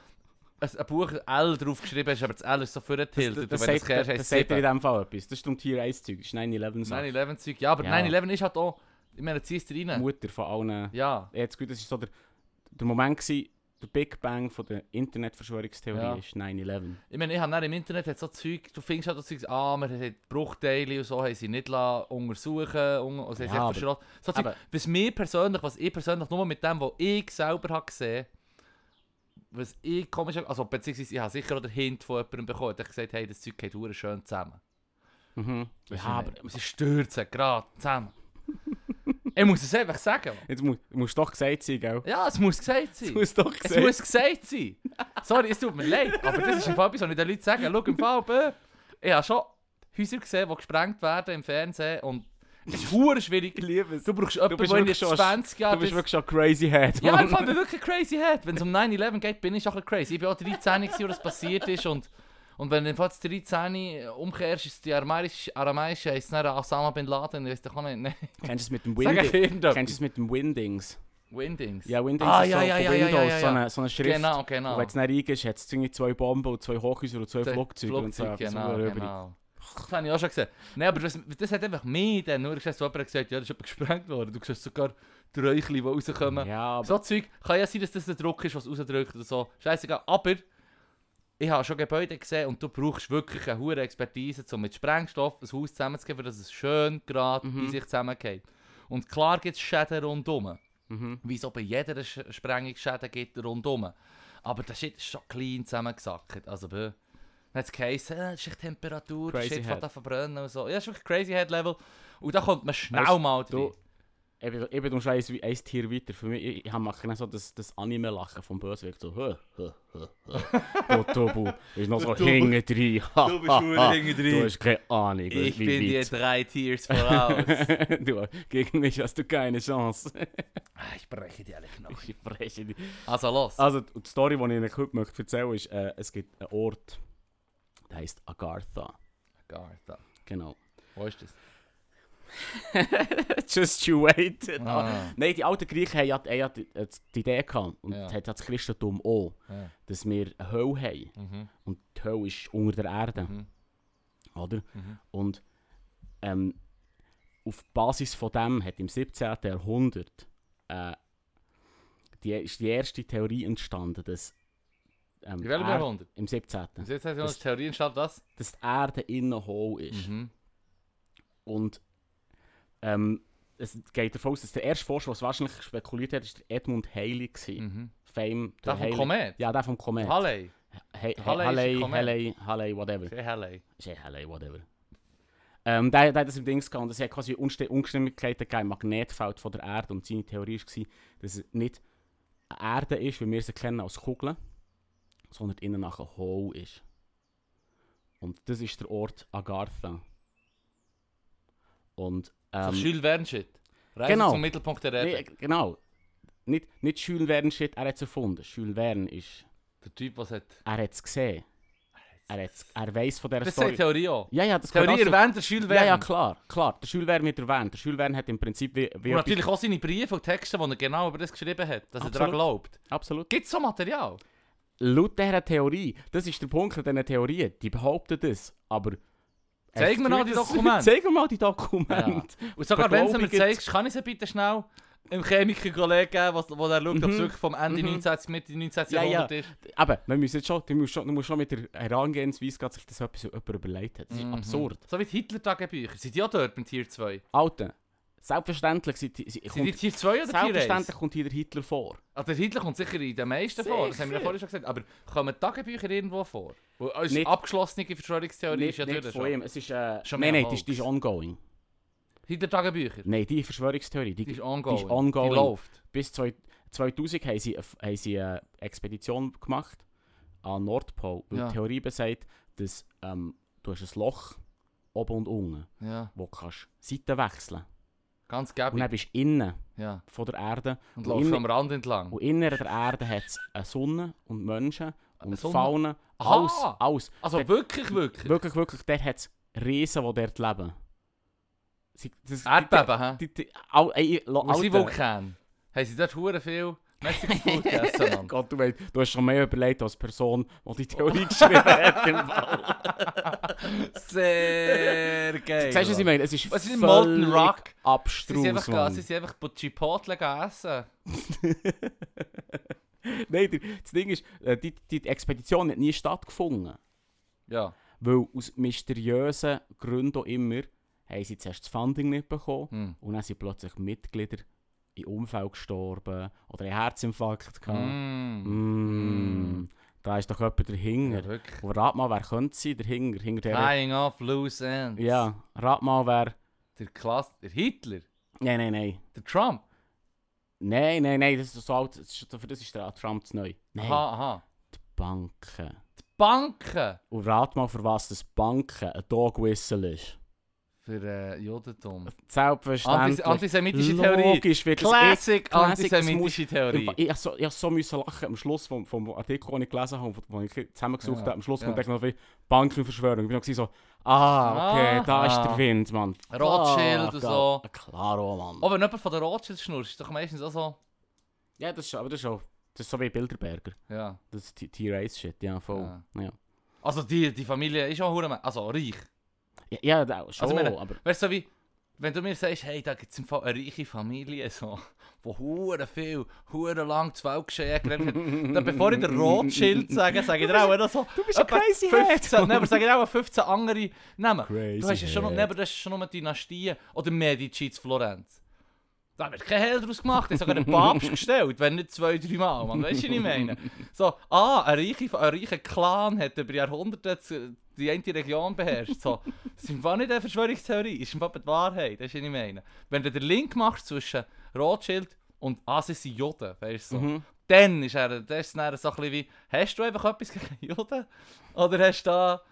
Speaker 2: ein, ein Buch L draufgeschrieben ist, aber das L ist so für den Tilt.
Speaker 1: das,
Speaker 2: Und
Speaker 1: das,
Speaker 2: wenn du
Speaker 1: sagt,
Speaker 2: es
Speaker 1: das,
Speaker 2: kehrst,
Speaker 1: das
Speaker 2: heisst
Speaker 1: sagt dir in
Speaker 2: es
Speaker 1: dem Fall etwas. Das ist um Tier 1 Zeug. Das ist 9-11 Sache.
Speaker 2: 9-11-Zeug. Ja, aber
Speaker 1: Ja.
Speaker 2: 9-11 ist halt auch... Ich meine, ziehst du rein.
Speaker 1: Mutter von allen.
Speaker 2: Ja.
Speaker 1: Jetzt gut, das war so der, der Moment, gewesen, der Big Bang von der Internetverschwörungstheorie
Speaker 2: Ja.
Speaker 1: ist 9-11.
Speaker 2: Ich meine, ich habe dann im Internet hat so Zeug... Du findest halt auch Zeug... Ah, wir haben Bruchteile und so haben sie nicht lassen untersuchen un und sie
Speaker 1: Ja,
Speaker 2: haben
Speaker 1: aber-
Speaker 2: sich verschlossen. So Zeug,
Speaker 1: aber-
Speaker 2: was mir persönlich, dus was ich persönlich nur mit dem, was ich selber habe gesehen was ich komisch... Also, beziehungsweise ich habe sicher auch den Hint von jemandem bekommen, der gesagt hat, hey, das Zeug geht verdammt schön zusammen.
Speaker 1: Mhm.
Speaker 2: Ja, aber sie stürzen gerade zusammen. ich muss es einfach sagen. Mann.
Speaker 1: Jetzt mu musst doch gesagt sein, gell?
Speaker 2: Ja, es muss gesagt sein.
Speaker 1: Es muss doch
Speaker 2: Es
Speaker 1: gesagt
Speaker 2: muss gesagt sein. Sorry, es tut mir leid, aber das ist im Fall etwas, was ich den Leuten sage. Schau, im Fall, bö, ich habe schon Häuser gesehen, die gesprengt werden im Fernsehen und es ist hure schwierig.
Speaker 1: liebe es.
Speaker 2: Du brauchst jemanden,
Speaker 1: bist
Speaker 2: der in
Speaker 1: wirklich schon-
Speaker 2: 20
Speaker 1: Du
Speaker 2: Jahren
Speaker 1: bist
Speaker 2: bis-
Speaker 1: wirklich schon ein crazy head,
Speaker 2: Ja,
Speaker 1: Mann.
Speaker 2: ich fand mich wirklich crazy hat. Wenn es um 9-11 geht, bin ich auch ein bisschen crazy. Ich bin auch 13, gewesen, wo das passiert ist. Und, und wenn du im Fall zu 13 umkehrst, ist die aramaische, aramaische heisst dann Osama Bin Laden. Ich weiß doch auch nicht. Nein.
Speaker 1: Kennst du es mit dem
Speaker 2: Sag
Speaker 1: Windings?
Speaker 2: irgendetwas.
Speaker 1: Kennst du es mit dem Windings?
Speaker 2: Windings.
Speaker 1: Ja, Windings
Speaker 2: Ah,
Speaker 1: ist
Speaker 2: ja,
Speaker 1: so
Speaker 2: ja,
Speaker 1: von
Speaker 2: ja, ja,
Speaker 1: Windows
Speaker 2: ja, ja.
Speaker 1: So, eine, so eine Schrift.
Speaker 2: Genau, genau.
Speaker 1: Und wenn es nicht reingehst, hat es irgendwie zwei Bomben und zwei Hochhäuser und zwei
Speaker 2: Der
Speaker 1: Flugzeuge. und so,
Speaker 2: Flugzeug,
Speaker 1: etwas
Speaker 2: genau,
Speaker 1: rüber.
Speaker 2: genau. Das habe ich auch schon gesehen. Nein, aber das, das hat einfach mich dann nur gesagt, so jemand gesagt, ja, dus das ist jemand gesprengt worden. Du siehst sogar die Räuchchen, die rauskommen.
Speaker 1: Ja, aber
Speaker 2: So Zeug, kann ja sein, dass das der Druck ist, was rausdrückt oder so. Scheißegal. Aber ich habe schon Gebäude gesehen und du brauchst wirklich eine hohe Expertise, um mit Sprengstoff ein Haus zusammenzugeben, damit es schön gerade
Speaker 1: Mhm.
Speaker 2: in sich zusammengeht. Und klar gibt es Schäden rundum.
Speaker 1: Mhm.
Speaker 2: Wie es auch bei jeder Sch- Sprengung Schäden gibt rundum. Aber der Shit ist schon klein zusammengesackt. Also, bö. Dann hat es geheißen, äh, es ist die Temperatur, der
Speaker 1: Crazy
Speaker 2: Shit
Speaker 1: Head.
Speaker 2: fängt an zu verbrennen und so. Ja, es ist wirklich Crazy Head Level. Und da kommt man schnell
Speaker 1: Weißt
Speaker 2: mal drin.
Speaker 1: du, ich bin, ich bin um ein, ein Tier weiter. Für mich, ich, ich mache nicht so das, das Anime-Lachen vom Bösewicht. So, hö, hö, hö, hö. Du Tobu, ist noch so
Speaker 2: Du Tobu.
Speaker 1: hinten drin. Ha,
Speaker 2: Du bist
Speaker 1: ha,
Speaker 2: verdammt
Speaker 1: ha.
Speaker 2: hinten drin.
Speaker 1: Du hast keine Ahnung,
Speaker 2: Ich
Speaker 1: Dus wie
Speaker 2: bin dir
Speaker 1: weit.
Speaker 2: drei Tiers voraus.
Speaker 1: du, gegen mich hast du keine Chance. Ah,
Speaker 2: ich breche dir alle Knochen.
Speaker 1: Ich breche dich.
Speaker 2: Also los.
Speaker 1: Also, die die Story, die ich euch heute möchte erzählen möchte, ist, äh, es gibt einen Ort, der heisst Agartha.
Speaker 2: Agartha.
Speaker 1: Genau.
Speaker 2: Wo ist das?
Speaker 1: Just you wait.
Speaker 2: Ah.
Speaker 1: Nein, die alten Griechen haben ja, haben ja die, äh, die Idee gehabt, und
Speaker 2: Ja.
Speaker 1: hat ja das Christentum auch,
Speaker 2: Ja.
Speaker 1: dass wir eine Hölle haben.
Speaker 2: Mhm.
Speaker 1: Und die Hölle ist unter der Erde,
Speaker 2: Mhm.
Speaker 1: oder?
Speaker 2: Mhm.
Speaker 1: Und ähm, auf Basis von dem hat im 17. Jahrhundert äh, die, ist die erste Theorie entstanden, dass ähm,
Speaker 2: In welchem
Speaker 1: die Erd-
Speaker 2: Jahrhundert?
Speaker 1: im 17.
Speaker 2: Bis jetzt hat ja
Speaker 1: Das-
Speaker 2: die Theorie entstanden, dass...
Speaker 1: dass die Erde innen hohl ist.
Speaker 2: Mhm.
Speaker 1: Und ähm, es geht davon aus, dass der erste Forscher, der es wahrscheinlich spekuliert hat, ist der Edmund Halley war.
Speaker 2: Mhm.
Speaker 1: Fame, der
Speaker 2: Der vom
Speaker 1: Halley.
Speaker 2: Komet?
Speaker 1: Ja, der vom Komet.
Speaker 2: Halley?
Speaker 1: He-
Speaker 2: Der
Speaker 1: He-
Speaker 2: Halley ist ein
Speaker 1: Halley,
Speaker 2: Komet.
Speaker 1: Halley, Halley, whatever.
Speaker 2: Sehr Halley.
Speaker 1: Ist eh Halley, whatever. Ähm, der, der hat das im Dings gehabt und es hat quasi Unste- Ungenauigkeiten gegeben im Magnetfeld von der Erde. Und seine Theorie war, dass es nicht eine Erde ist, wie wir sie kennen, als Kugel, sondern innen nachher hohl ist. Und das ist der Ort Agartha. Und,
Speaker 2: So
Speaker 1: ähm,
Speaker 2: Jules Verne-Shit. Reise
Speaker 1: genau.
Speaker 2: zum Mittelpunkt der Erde.
Speaker 1: nee, genau. Nicht, nicht Jules Verne-Shit, er hat es erfunden. Jules Verne ist,
Speaker 2: Der Typ, was hat...
Speaker 1: er hat es gesehen. Er, hat's- er weiß von dieser
Speaker 2: Das
Speaker 1: Story.
Speaker 2: sagt Theorie auch.
Speaker 1: Ja, ja, das gehört
Speaker 2: Theorie
Speaker 1: absolut-
Speaker 2: erwähnt der Jules
Speaker 1: Ja,
Speaker 2: Verne.
Speaker 1: ja, klar, klar. Der Jules Verne wird erwähnt. Der Jules Verne hat im Prinzip wie, wie
Speaker 2: Und natürlich auch seine Briefe und Texte, die er genau über das geschrieben hat, dass er daran
Speaker 1: Absolut.
Speaker 2: glaubt.
Speaker 1: Absolut.
Speaker 2: Gibt es so Material?
Speaker 1: Laut dieser Theorie, das ist der Punkt an diesen Theorien, die behaupten das, aber...
Speaker 2: Zeig mir mal die
Speaker 1: Das-
Speaker 2: Dokumente.
Speaker 1: Zeig mir mal die Dokumente.
Speaker 2: Und sogar wenn du mir
Speaker 1: Beglaubigt.
Speaker 2: zeigst, kann ich sie bitte schnell dem Chemiker-Kollegen geben, was- wo der schaut, ob es
Speaker 1: Mhm.
Speaker 2: wirklich vom Ende
Speaker 1: Mhm.
Speaker 2: 19. Mitte 19.
Speaker 1: Ja, ja.
Speaker 2: Jahrhundert ist.
Speaker 1: Aber man muss jetzt schon, du musst schon, du musst schon mit der Herangehensweise, dass sich das etwas jemand überlegt hat. Das ist
Speaker 2: Mhm.
Speaker 1: absurd.
Speaker 2: So wie die Hitler-Tagebücher. Sind die auch dort beim Tier 2?
Speaker 1: Alter, selbstverständlich, sind die- sie-
Speaker 2: Sind die
Speaker 1: kommt,
Speaker 2: Tier 2 oder Tier 1?
Speaker 1: selbstverständlich kommt hier der Hitler vor.
Speaker 2: Also der Hitler kommt sicher in den meisten vor, das haben
Speaker 1: Sicher.
Speaker 2: wir ja vorhin schon gesagt. Aber kommen die Tagebücher irgendwo vor? Weil als
Speaker 1: Nicht-
Speaker 2: abgeschlossene Verschwörungstheorie
Speaker 1: nicht
Speaker 2: ist ja
Speaker 1: nicht
Speaker 2: dort
Speaker 1: von
Speaker 2: schon.
Speaker 1: ihm, es ist... Äh,
Speaker 2: Schon
Speaker 1: nein,
Speaker 2: mehr
Speaker 1: nein, die ist, die ist ongoing.
Speaker 2: Hitler-Tagebücher?
Speaker 1: Nein, die Verschwörungstheorie, die,
Speaker 2: Die ist ongoing.
Speaker 1: ongoing.
Speaker 2: Die läuft.
Speaker 1: bis 2000 2000 haben sie, haben sie eine Expedition gemacht an den Nordpol. Weil
Speaker 2: Ja.
Speaker 1: die Theorie besagt, dass ähm, du hast ein Loch oben und unten,
Speaker 2: Ja,
Speaker 1: wo du kannst Seiten wechseln
Speaker 2: ganz
Speaker 1: Und
Speaker 2: gäbig.
Speaker 1: dann bist du innen
Speaker 2: Ja.
Speaker 1: von der Erde. Und
Speaker 2: Und läuft
Speaker 1: innen-
Speaker 2: am Rand entlang.
Speaker 1: Und inner der Erde hat es eine Sonne und Menschen und
Speaker 2: Sonne?
Speaker 1: Fauna.
Speaker 2: Aha!
Speaker 1: Alles, alles.
Speaker 2: Also
Speaker 1: Der-
Speaker 2: wirklich, wirklich.
Speaker 1: Wirklich, wirklich, dort hat es Riesen, die dort leben. Sie, das,
Speaker 2: Erdbeben, hä?
Speaker 1: Die, die, die, all, ey, lo-
Speaker 2: Wo sie
Speaker 1: Alter.
Speaker 2: Vulkan. Haben sie dort hure viel Mexican Food gegessen, Mann.
Speaker 1: Oh Gott, du, weißt, du hast schon mehr überlegt als die Person, die die Theorie geschrieben hat. Im Fall.
Speaker 2: Sehr geil.
Speaker 1: Siehst du, was ich
Speaker 2: Mann.
Speaker 1: meine? Es ist
Speaker 2: Was ist
Speaker 1: völlig
Speaker 2: Molten Rock? Sie sind
Speaker 1: abstrus,
Speaker 2: einfach, gegangen, sie
Speaker 1: Mann.
Speaker 2: sind einfach bei Chipotle gegessen.
Speaker 1: Nein, der- das Ding ist, äh, die, die Expedition hat nie stattgefunden.
Speaker 2: Ja.
Speaker 1: Weil aus mysteriösen Gründen auch immer haben sie zuerst das Funding nicht bekommen
Speaker 2: Hm.
Speaker 1: und dann sind plötzlich Mitglieder in Unfall gestorben oder einen Herzinfarkt gehabt.
Speaker 2: Mm.
Speaker 1: Mm. Da ist doch jemand dahinter.
Speaker 2: Ja, wirklich.
Speaker 1: Und rat mal, wer könnte sein dahinter? Hinter der
Speaker 2: Tying off loose ends.
Speaker 1: ja, rat mal, wer...
Speaker 2: Der Klass... Der Hitler.
Speaker 1: Nein, nein, nein.
Speaker 2: Der Trump.
Speaker 1: Nein, nein, nein, das ist so alt, das ist, für das ist der Trump zu neu. Nein,
Speaker 2: Aha, aha.
Speaker 1: Banken.
Speaker 2: Die Banken.
Speaker 1: Und rat mal, für was das Banken ein Dog Whistle ist.
Speaker 2: Für äh, Jodentum. Antis
Speaker 1: Selbstverständlich.
Speaker 2: antisemitische Theorie.
Speaker 1: Logisch wird das
Speaker 2: Classic
Speaker 1: Classic, das
Speaker 2: antisemitische Theorie.
Speaker 1: Ich, ich, ich, so, ich hab so müssen lachen am Schluss vom, vom Artikel, den ich gelesen habe, und wo ich zusammengesucht
Speaker 2: Ja,
Speaker 1: habe. Am Schluss
Speaker 2: ja.
Speaker 1: kommt echt noch wie Bankenverschwörung. Ich bin noch so, ah, okay, da ist
Speaker 2: Aha.
Speaker 1: der Wind, Mann.
Speaker 2: Rothschild
Speaker 1: Ah,
Speaker 2: und
Speaker 1: Gott.
Speaker 2: so.
Speaker 1: Ja, Klar, oh, Mann.
Speaker 2: Oh, wenn jemand von der Rothschild schnurrt, ist doch meistens auch so.
Speaker 1: Ja, das ist, aber das ist auch, das ist so wie Bilderberger.
Speaker 2: Ja.
Speaker 1: Das ist T-Race-Shit, ja, voll.
Speaker 2: Ja.
Speaker 1: Ja.
Speaker 2: Also die, die Familie ist auch hure, also reich.
Speaker 1: Ja, ja da- schon,
Speaker 2: also ich meine-
Speaker 1: Oh, aber...
Speaker 2: Weißt du, so wie wenn du mir sagst, hey, da gibt es im Fall eine reiche Familie, so, wo hure viel, hure lang das Weltgeschehen geredet hat. Dann bevor ich den Rothschild Oh sage, sage ich dir auch noch so.
Speaker 1: Du bist
Speaker 2: etwa 15, nein, aber sage ich dir auch 15 andere Namen.
Speaker 1: Crazy
Speaker 2: Du hast ja schon noch,
Speaker 1: Head.
Speaker 2: nein, aber das ist schon noch Dynastien oder Medici zu Florenz. Da wird kein Hehl draus gemacht, ich sogar den Papst gestellt, wenn nicht zwei, drei Mal, man weißt du, was ich meine? So, ah, ein reicher, ein reicher Clan hat über Jahrhunderte zu- die eine Region beherrscht, so. Das ist im Fall nicht eine Verschwörungstheorie, das ist im Fall die Wahrheit, das ist, was ich meine. Wenn du den Link machst zwischen Rothschild und ah, sie sind Juden, weißt du, so,
Speaker 1: Mhm.
Speaker 2: dann ist er, das ist dann so ein bisschen wie, hast du einfach etwas gegen Juden? Oder hast du da,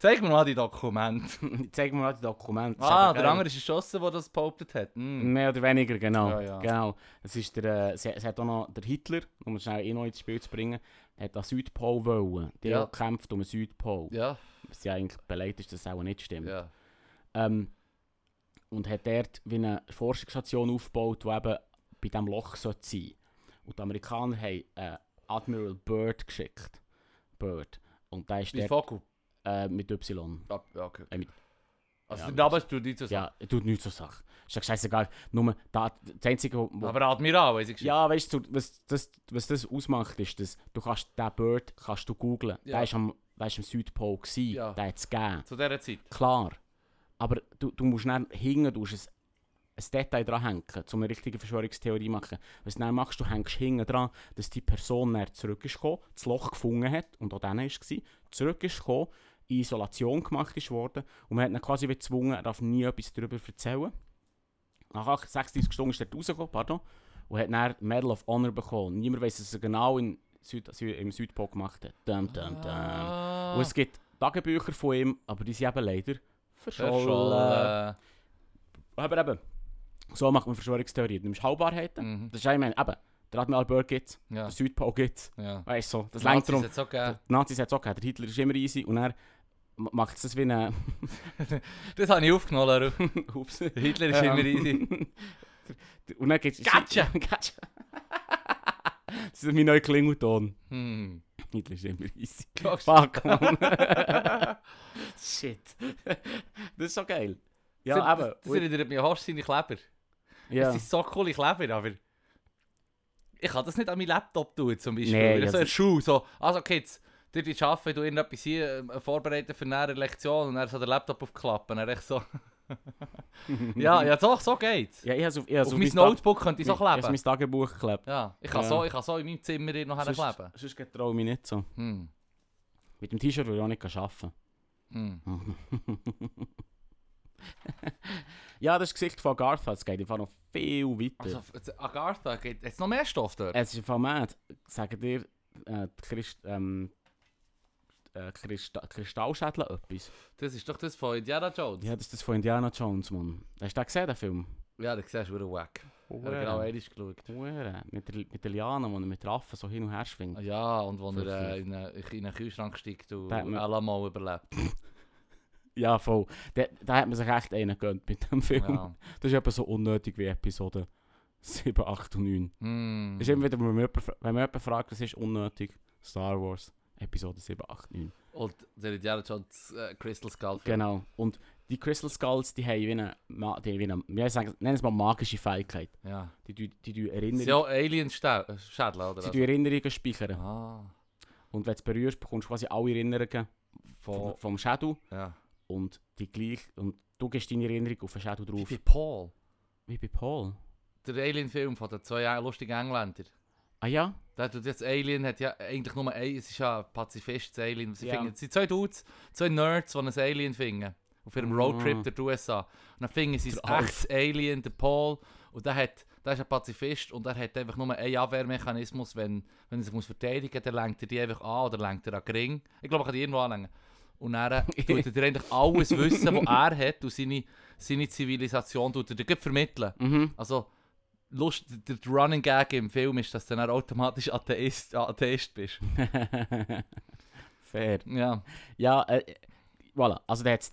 Speaker 2: zeig mir mal die Dokumente.
Speaker 1: Zeig mir mal die Dokumente. Das ist
Speaker 2: Ah,
Speaker 1: aber
Speaker 2: der
Speaker 1: geil.
Speaker 2: andere ist geschossen, der das behauptet hat. Mm.
Speaker 1: Mehr oder weniger, genau.
Speaker 2: Ja, ja.
Speaker 1: genau. Es ist der, äh, es, es hat auch noch der Hitler, um es schnell eh noch ins Spiel zu bringen, hat an Südpol wollen. Die
Speaker 2: Ja.
Speaker 1: haben gekämpft um den Südpol.
Speaker 2: Ja,
Speaker 1: Was ja eigentlich beleidigt ist, dass das auch nicht stimmt.
Speaker 2: ja.
Speaker 1: Ähm, und hat dort wie eine Forschungsstation aufgebaut, die eben bei diesem Loch sein sollte. Und die Amerikaner haben äh, Admiral Byrd geschickt. Byrd. Und der ist
Speaker 2: Wie
Speaker 1: dort
Speaker 2: Vogel.
Speaker 1: äh, mit Y.
Speaker 2: Ja, ja, okay.
Speaker 1: Äh, mit
Speaker 2: Also
Speaker 1: Ja,
Speaker 2: der Name tut nichts zu sagen.
Speaker 1: Ja, tut nichts zur Sache. Ist ja scheißegal. Nur da, das Einzige, wo, wo
Speaker 2: Aber Admiral, weiß ich
Speaker 1: Ja, weißt du, was das, was das ausmacht, ist, dass du kannst den Bird kannst du googlen.
Speaker 2: Ja.
Speaker 1: Der ist am, der ist am Südpol gsi,
Speaker 2: Ja.
Speaker 1: der hat es gegeben.
Speaker 2: Zu dieser Zeit.
Speaker 1: Klar. Aber du, du musst dann hingen, du musst ein, ein Detail dran hängen, um eine richtige Verschwörungstheorie zu machen. Was du dann machst, du hängst hinten dran, dass die Person dann zurück ist gekommen, das Loch gefunden hat und auch dann war zurück ist gekommen, in Isolation gemacht ist worden und man hat ihn quasi wie gezwungen, er darf nie etwas darüber erzählen. Nach 8 36 Stunden ist er rausgekommen, pardon, und hat dann die Medal of Honor bekommen. Niemand weiß, was er genau in Süd, Sü- im Südpol gemacht hat. Dum, dum, dum.
Speaker 2: Ah,
Speaker 1: Und es gibt Tagebücher von ihm, aber die sind eben leider verschollen.
Speaker 2: verschollen.
Speaker 1: Aber eben, so macht man Verschwörungstheorien. Du nimmst Halbwahrheiten.
Speaker 2: Mhm.
Speaker 1: Das ist ja, ich meine, eben, der Admiral Byrd gibt es,
Speaker 2: Ja,
Speaker 1: der Südpol gibt es.
Speaker 2: ja.
Speaker 1: Weißt du, so, das
Speaker 2: Die Nazis
Speaker 1: lenkt darum.
Speaker 2: hat's auch
Speaker 1: Die
Speaker 2: gegeben.
Speaker 1: Nazis hat es auch gegeben, der Hitler ist immer easy und er macht es wie ein.
Speaker 2: Das habe ich aufgenommen, Leru.
Speaker 1: Ups. Ähm.
Speaker 2: Hitler ist immer easy.
Speaker 1: und dann gibt es.
Speaker 2: Gotcha!
Speaker 1: Gotcha! das ist mein neuer Klingelton.
Speaker 2: Hm.
Speaker 1: Hitler ist immer easy.
Speaker 2: Glaubst du?
Speaker 1: Fuck, Mann. Shit. Das ist so geil. Ja,
Speaker 2: das,
Speaker 1: eben.
Speaker 2: das erinnert mich an Horst seine Kleber.
Speaker 1: Ja.
Speaker 2: Das sind so coole Kleber, aber... Ich kann das nicht an meinen Laptop tun, zum Beispiel.
Speaker 1: Nee,
Speaker 2: Wenn ich so
Speaker 1: ja,
Speaker 2: in der Schule, so... Also Kids, die die arbeiten, du irgendetwas hier äh, vorbereiten für eine Lektion und dann so den Laptop aufklappen. Dann echt so... ja, ja, doch, so geht's.
Speaker 1: Ja, ich habe auf, ich hab's
Speaker 2: Auf
Speaker 1: auf
Speaker 2: mein Notebook könnte ich so
Speaker 1: Ich habe
Speaker 2: kleben.
Speaker 1: mein Tagebuch geklebt.
Speaker 2: Ja, ich kann,
Speaker 1: Ja.
Speaker 2: So, ich kann so in meinem Zimmer hier noch
Speaker 1: sonst
Speaker 2: hinkleben.
Speaker 1: sonst geht traue ich mich nicht so.
Speaker 2: Hm.
Speaker 1: Mit dem T-Shirt würde ich auch nicht arbeiten.
Speaker 2: Hm.
Speaker 1: ja, das Gesicht von Garth es geht einfach noch viel weiter.
Speaker 2: Also, f- Agartha, gibt es noch mehr Stoff dort?
Speaker 1: es ist einfach mad. Sagen dir äh, die Christ, ähm, äh, Christ Kristallschädel etwas?
Speaker 2: Das ist doch das von Indiana Jones.
Speaker 1: Ja, das ist das von Indiana Jones, Mann. Hast du den gesehen, den Film?
Speaker 2: Ja, da siehst du wieder wack. Ich habe genau einmal geschaut.
Speaker 1: Hure. Mit, der- mit der Liane, wo er mit der Affen so hin und her schwingt.
Speaker 2: Ja, und wo er äh,
Speaker 1: Fürchterlich.
Speaker 2: in, einen, in einen Kühlschrank steigt und
Speaker 1: Batman.
Speaker 2: allemal überlebt.
Speaker 1: Ja, voll. Da, da hat man sich echt einen gönnt mit dem Film.
Speaker 2: Ja.
Speaker 1: Das ist eben so unnötig wie Episode 7, 8 und 9.
Speaker 2: Hm.
Speaker 1: Ist immer wieder, wenn man jemanden fra- wenn man jemanden fragt, das ist unnötig. Star Wars, Episode 7, 8, 9.
Speaker 2: Und der Indiana Jones äh, Crystal Skull Film.
Speaker 1: Genau. Und die Crystal Skulls, die haben wie eine, ma- die haben wie eine wir sagen, nennen es mal magische Fähigkeit.
Speaker 2: Ja.
Speaker 1: Die, die, die, die
Speaker 2: Sind
Speaker 1: Erinnerungen
Speaker 2: ja Alien-Schädel, oder?
Speaker 1: sie tun Erinnerungen speichern.
Speaker 2: eh, Ah,
Speaker 1: Und wenn du es berührst, bekommst du quasi alle Erinnerungen vom,
Speaker 2: von...
Speaker 1: vom Shadow
Speaker 2: Ja.
Speaker 1: und die gleich und du gibst deine Erinnerung auf den Shadow
Speaker 2: Wie
Speaker 1: drauf.
Speaker 2: bei Paul.
Speaker 1: Wie bei Paul.
Speaker 2: Der Alien-Film von den zwei lustigen Engländer.
Speaker 1: Ah ja?
Speaker 2: Der tut jetzt Alien, hat ja eigentlich nur ein, es ist ja ein Pazifist, das Alien. Sie
Speaker 1: Ja.
Speaker 2: finden, es sind zwei Dudes, zwei Nerds, die ein Alien finden. Auf ihrem
Speaker 1: Ah.
Speaker 2: Roadtrip durch die USA. Und dann finden sie
Speaker 1: Der
Speaker 2: ein echtes Alien, der Paul. Und der, hat, der ist ein Pazifist und der hat einfach nur einen Abwehrmechanismus, wenn, wenn er sich muss verteidigen muss, dann lenkt er die einfach an oder lenkt er an den Ring. Ich glaube, er kann die irgendwo anlegen. Und dann tut er eigentlich alles wissen, was er hat und seine, seine Zivilisation tut er dir gleich vermitteln.
Speaker 1: Mhm.
Speaker 2: Also, Lust, der der Running Gag im Film ist, dass du dann automatisch Atheist, Atheist bist.
Speaker 1: Fair.
Speaker 2: Ja.
Speaker 1: Ja, äh, voilà. Also der hat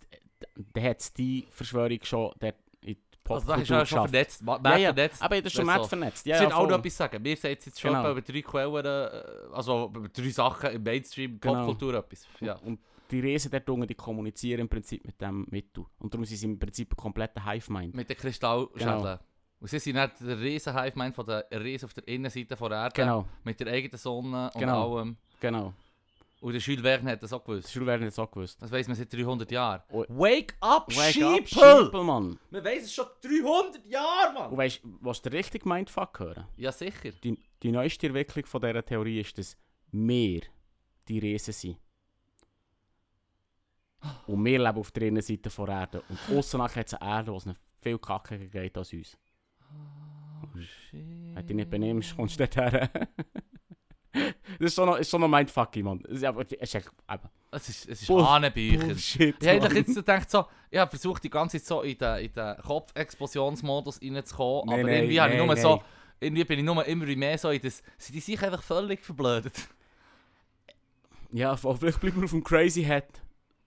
Speaker 1: der hat's die Verschwörung schon der in die
Speaker 2: Also, das ist
Speaker 1: Popkultur
Speaker 2: ja schon
Speaker 1: geschafft.
Speaker 2: vernetzt. Ma-
Speaker 1: Ja,
Speaker 2: Mehr
Speaker 1: ja,
Speaker 2: vernetzt.
Speaker 1: aber das ist schon
Speaker 2: Weißt
Speaker 1: mad
Speaker 2: du,
Speaker 1: vernetzt.
Speaker 2: Es
Speaker 1: Ja,
Speaker 2: sind
Speaker 1: ja,
Speaker 2: auch noch
Speaker 1: voll.
Speaker 2: etwas sagen. Wir sagen jetzt schon
Speaker 1: Genau.
Speaker 2: etwa über drei Quellen, äh, also über drei Sachen im Mainstream,
Speaker 1: Genau.
Speaker 2: Popkultur etwas. Ja.
Speaker 1: Und die Riesen dort unten, die kommunizieren im Prinzip mit dem Mittel. Und darum sind sie im Prinzip ein kompletter Hive-Mind.
Speaker 2: Mit den Kristallschädeln. Und sie sind nicht der Riesenhive, meint von der Riesen auf der Innenseite von der Erde.
Speaker 1: Genau,
Speaker 2: Mit der eigenen Sonne und
Speaker 1: Genau.
Speaker 2: allem.
Speaker 1: genau.
Speaker 2: Und der Jules Verne hat das auch
Speaker 1: Das
Speaker 2: gewusst.
Speaker 1: Schule werden jetzt auch gewusst.
Speaker 2: Das weiß man seit 300 Jahren.
Speaker 1: Oh.
Speaker 2: Wake up,
Speaker 1: Wake up,
Speaker 2: sheeple!
Speaker 1: Sheeple, Mann!
Speaker 2: Man weiß es schon 300 Jahre,
Speaker 1: Und
Speaker 2: Mann!
Speaker 1: weißt du, was der richtige Mindfuck hören?
Speaker 2: Ja, sicher.
Speaker 1: Die, die neueste Entwicklung von dieser Theorie ist, dass wir die Riesen sind. Und wir leben auf der Innenseite der Erde. Und aussen hat es eine Erde, die es viel kackiger geht als uns.
Speaker 2: Oh,
Speaker 1: Wenn du dich nicht benimmst, kommst du dort her. das ist schon noch, ist schon noch mindfucky, Mann. Das ist einfach- es ist echt eben
Speaker 2: Es ist, es ist
Speaker 1: Bull-
Speaker 2: Hanebücher.
Speaker 1: Bullshit,
Speaker 2: Ich habe
Speaker 1: Mann.
Speaker 2: jetzt so gedacht, so, ich habe versucht, die ganze Zeit so in den, in den Kopfexplosionsmodus reinzukommen,
Speaker 1: Nein,
Speaker 2: aber
Speaker 1: nein,
Speaker 2: irgendwie, habe ich
Speaker 1: nein,
Speaker 2: nur so,
Speaker 1: nein.
Speaker 2: irgendwie bin ich nur immer mehr so in das, sind die sich einfach völlig verblödet.
Speaker 1: Ja, voll. vielleicht bleiben wir auf dem Crazy Head.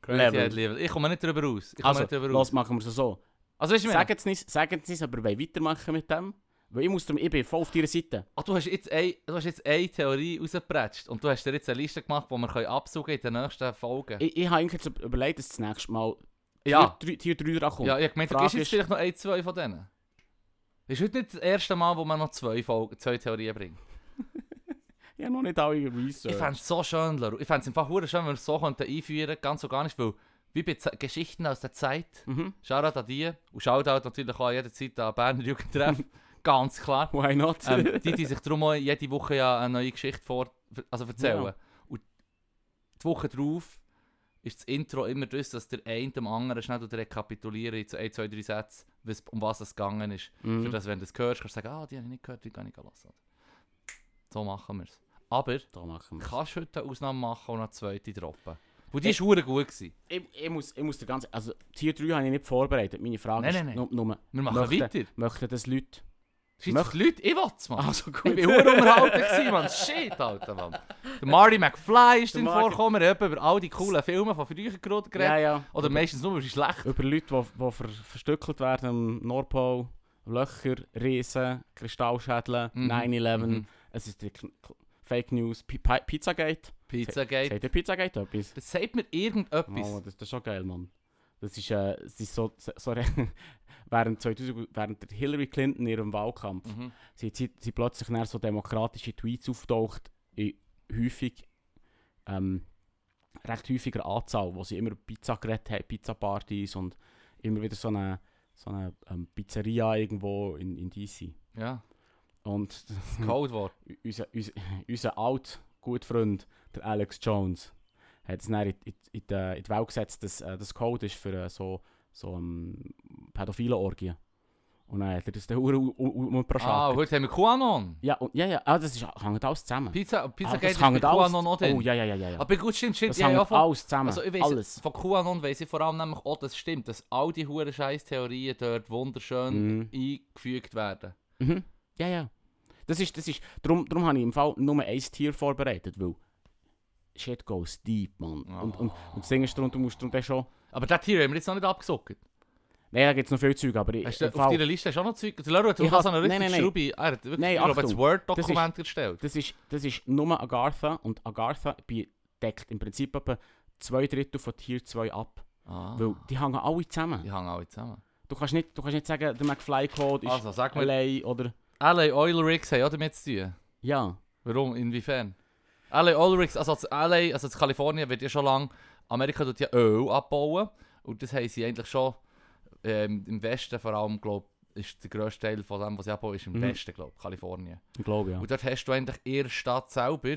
Speaker 1: Level.
Speaker 2: Crazy Level. Ich komme nicht drüber raus. Ich komme
Speaker 1: Also,
Speaker 2: nicht drüber
Speaker 1: los
Speaker 2: raus.
Speaker 1: machen wir es so.
Speaker 2: Also, weißt du,
Speaker 1: Sagen Sie es nicht, aber wir wollen weitermachen mit dem. Weil ich, muss darum, ich bin voll auf deiner Seite.
Speaker 2: Ah, du, hast jetzt ein, du hast jetzt eine Theorie rausgeprätscht und du hast dir jetzt eine Liste gemacht, die wir können absuchen in den nächsten Folgen.
Speaker 1: Ich, ich habe eigentlich jetzt überlegt, dass das nächste Mal
Speaker 2: Ja.
Speaker 1: Tier, Tier 3 dran kommt.
Speaker 2: Ja, ich meinte,
Speaker 1: Frage
Speaker 2: ist jetzt
Speaker 1: ist-
Speaker 2: vielleicht noch ein, zwei von denen? Ist heute nicht das erste Mal, wo man noch zwei, Folgen, zwei Theorien bringt?
Speaker 1: Ich habe noch nicht alle Research.
Speaker 2: Ich fände es so schön, Leru. Ich fände es im Fall hure schön, wenn wir es so könnten einführen könnten, ganz organisch, weil wie bei Ze- Geschichten aus der Zeit,
Speaker 1: Mhm.
Speaker 2: Shoutout an die und Shoutout natürlich auch jederzeit an Berner Jugendtreff, ganz klar.
Speaker 1: Why not?
Speaker 2: Ähm, die, die sich darum auch jede Woche ja eine neue Geschichte vor, also erzählen.
Speaker 1: Ja.
Speaker 2: Und die Woche drauf ist das Intro immer das, dass der eine dem anderen schnell rekapitulieren in so ein, zwei, drei Sätze, was, um was es gegangen ist.
Speaker 1: Mhm.
Speaker 2: Für das, wenn du es hörst, kannst du sagen, ah, die habe ich nicht gehört, die kann ich hören. So machen wir es. Aber
Speaker 1: Da machen wir
Speaker 2: kannst du heute eine Ausnahme machen und eine zweite droppen. Weil die
Speaker 1: Ey.
Speaker 2: ist hure gut gewesen.
Speaker 1: ich, ich, muss, ich muss dir ganz... Also, Tier 3 habe ich nicht vorbereitet. Meine Frage
Speaker 2: Nein,
Speaker 1: ist
Speaker 2: nein, nein.
Speaker 1: nur, nur
Speaker 2: Wir machen
Speaker 1: Möchte.
Speaker 2: weiter.
Speaker 1: möchten das Leute...
Speaker 2: Scheiss, die Leute, ich will's, Mann.
Speaker 1: Also
Speaker 2: Ich
Speaker 1: gut.
Speaker 2: bin hure unterhalten gewesen, Mann. Shit, Alter, Mann. Der Marty McFly ist
Speaker 1: Der
Speaker 2: drin
Speaker 1: Marty-
Speaker 2: vorgekommen. Wir haben eben über all die coolen Filme von früher gerade geredet.
Speaker 1: ja, ja.
Speaker 2: Oder meistens nur über die schlecht.
Speaker 1: Über Leute, die, die ver, verstückelt werden am Nordpol. Löcher, Riesen, Kristallschädel,
Speaker 2: Mhm.
Speaker 1: 9-11.
Speaker 2: Mhm.
Speaker 1: Es ist die K- K- Fake News. Pi Pi Pizzagate.
Speaker 2: Pizzagate.
Speaker 1: Sagt ihr Pizzagate etwas?
Speaker 2: Das sagt mir
Speaker 1: Oh,
Speaker 2: irgendetwas.
Speaker 1: das, das ist schon geil, Mann. Das ist, äh, es ist so, so- so während, 2000, während der Hillary Clinton in ihrem Wahlkampf
Speaker 2: Mhm.
Speaker 1: sind, sie, sind plötzlich dann so demokratische Tweets auftaucht, in häufig, ähm, recht häufiger Anzahl, wo sie immer über Pizza geredet haben, Pizzapartys und immer wieder so eine, so eine ähm, Pizzeria irgendwo in, in DC.
Speaker 2: Ja,
Speaker 1: Und
Speaker 2: das Cold War.
Speaker 1: unser, unser, unser alt guter Freund, der Alex Jones, hat es dann in, in, in, die- in die Welt gesetzt, dass äh, das Code ist für äh, so, so ähm, pädophile Orgien. Und dann hat er das dann um, um, um,
Speaker 2: Ah,
Speaker 1: umgeschaltet.
Speaker 2: heute haben wir QAnon.
Speaker 1: ja, und, ja, ja, ah, das ist, hängt alles zusammen.
Speaker 2: Pizza,
Speaker 1: ah,
Speaker 2: Pizzagate
Speaker 1: das
Speaker 2: ist mit
Speaker 1: hängt alles
Speaker 2: QAnon auch drin.
Speaker 1: Oh, ja, ja, ja, ja. ja.
Speaker 2: Aber gut, stimmt, stimmt.
Speaker 1: Das
Speaker 2: ja,
Speaker 1: hängt
Speaker 2: ja, von,
Speaker 1: alles zusammen.
Speaker 2: also ich weiss,
Speaker 1: alles.
Speaker 2: von QAnon weiss ich vor allem nämlich auch, das stimmt, dass all die huren scheiß Theorien dort wunderschön
Speaker 1: Mhm.
Speaker 2: eingefügt werden.
Speaker 1: Mhm. Ja, ja. Das ist, das ist, darum, darum habe ich im Fall nur ein Tier vorbereitet, weil Shit goes deep, man. Und, und, und das Ding ist darum, du musst darum dann schon...
Speaker 2: Aber das hier haben wir jetzt noch nicht abgesucht.
Speaker 1: Nein, da gibt es noch viel Zeug, aber ich,
Speaker 2: Hast
Speaker 1: im
Speaker 2: du, auf
Speaker 1: Fall,
Speaker 2: deiner Liste hast du auch noch Zeug. Der Leru hat
Speaker 1: Ich
Speaker 2: auch so
Speaker 1: hab-
Speaker 2: eine
Speaker 1: nein,
Speaker 2: richtige
Speaker 1: nein, nein.
Speaker 2: Schraube. Ah, Er hat wirklich
Speaker 1: Nein,
Speaker 2: ich glaube, das
Speaker 1: Achtung.
Speaker 2: Word-Dokument erstellt.
Speaker 1: das, ist, das ist nur Agartha und Agartha be- deckt im Prinzip etwa zwei Drittel von Tier 2 ab.
Speaker 2: Ah,
Speaker 1: Weil die hängen alle zusammen.
Speaker 2: die hängen alle zusammen.
Speaker 1: Du, kannst nicht, du kannst nicht sagen, der McFly-Code ist
Speaker 2: Also, sag mal,
Speaker 1: allein oder...
Speaker 2: alle Oil Rigs haben auch damit zu tun.
Speaker 1: Ja,
Speaker 2: Warum? Inwiefern? Alle Oil Rigs, also das LA, also das Kalifornien wird ja schon lange, Amerika tut ja Öl abbauen. Und das haben sie eigentlich schon ähm, im Westen vor allem, glaube ist der grösste Teil von dem, was sie abbauen, ist im
Speaker 1: Mhm.
Speaker 2: Westen, glaube ich, Kalifornien.
Speaker 1: ich glaube ja.
Speaker 2: Und dort hast du eigentlich in der Stadt selber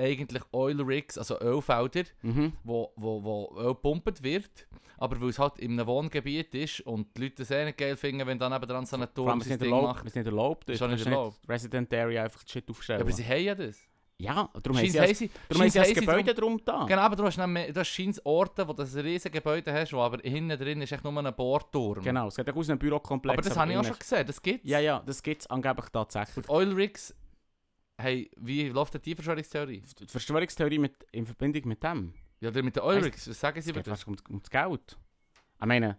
Speaker 2: eigentlich Oil Rigs, also Ölfelder,
Speaker 1: Mhm.
Speaker 2: wo, wo, wo Öl gepumpt wird, aber weil es halt in einem Wohngebiet ist und die Leute das eh nicht geil finden, wenn dann dran so
Speaker 1: Vor
Speaker 2: ein
Speaker 1: allem,
Speaker 2: Turm
Speaker 1: wenn es
Speaker 2: sein
Speaker 1: nicht
Speaker 2: Ding
Speaker 1: erlaubt,
Speaker 2: macht.
Speaker 1: wenn es nicht erlaubt
Speaker 2: Ist
Speaker 1: ist,
Speaker 2: auch
Speaker 1: kannst
Speaker 2: nicht
Speaker 1: du nicht
Speaker 2: erlaubt.
Speaker 1: die Resident Area einfach die Shit
Speaker 2: Ja,
Speaker 1: aufstellen.
Speaker 2: aber sie haben ja das.
Speaker 1: ja, darum haben
Speaker 2: Scheint
Speaker 1: sie ja
Speaker 2: haben
Speaker 1: das-
Speaker 2: sie
Speaker 1: darum haben
Speaker 2: scheint
Speaker 1: sie ja das
Speaker 2: haben sie drum-
Speaker 1: Gebäude drum da.
Speaker 2: Genau, aber du hast dann mehr- du hast scheint Orte, wo du ein riesiges Gebäude hast, wo aber hinten drin ist echt nur ein Bohrturm.
Speaker 1: Genau, es geht auch aus einem Bürokomplex.
Speaker 2: Aber das habe ich auch
Speaker 1: innen-
Speaker 2: schon gesehen, das gibt
Speaker 1: Ja, ja, das gibt es angeblich tatsächlich.
Speaker 2: Und Oil Rigs, hey, wie läuft denn die Verschwörungstheorie?
Speaker 1: Die Verschwörungstheorie mit, in Verbindung mit dem.
Speaker 2: Ja, die mit den Oil
Speaker 1: Heisst-
Speaker 2: Rigs, was sagen sie
Speaker 1: Es geht
Speaker 2: über das?
Speaker 1: fast um, um das Geld. Ich
Speaker 2: eh,
Speaker 1: meine,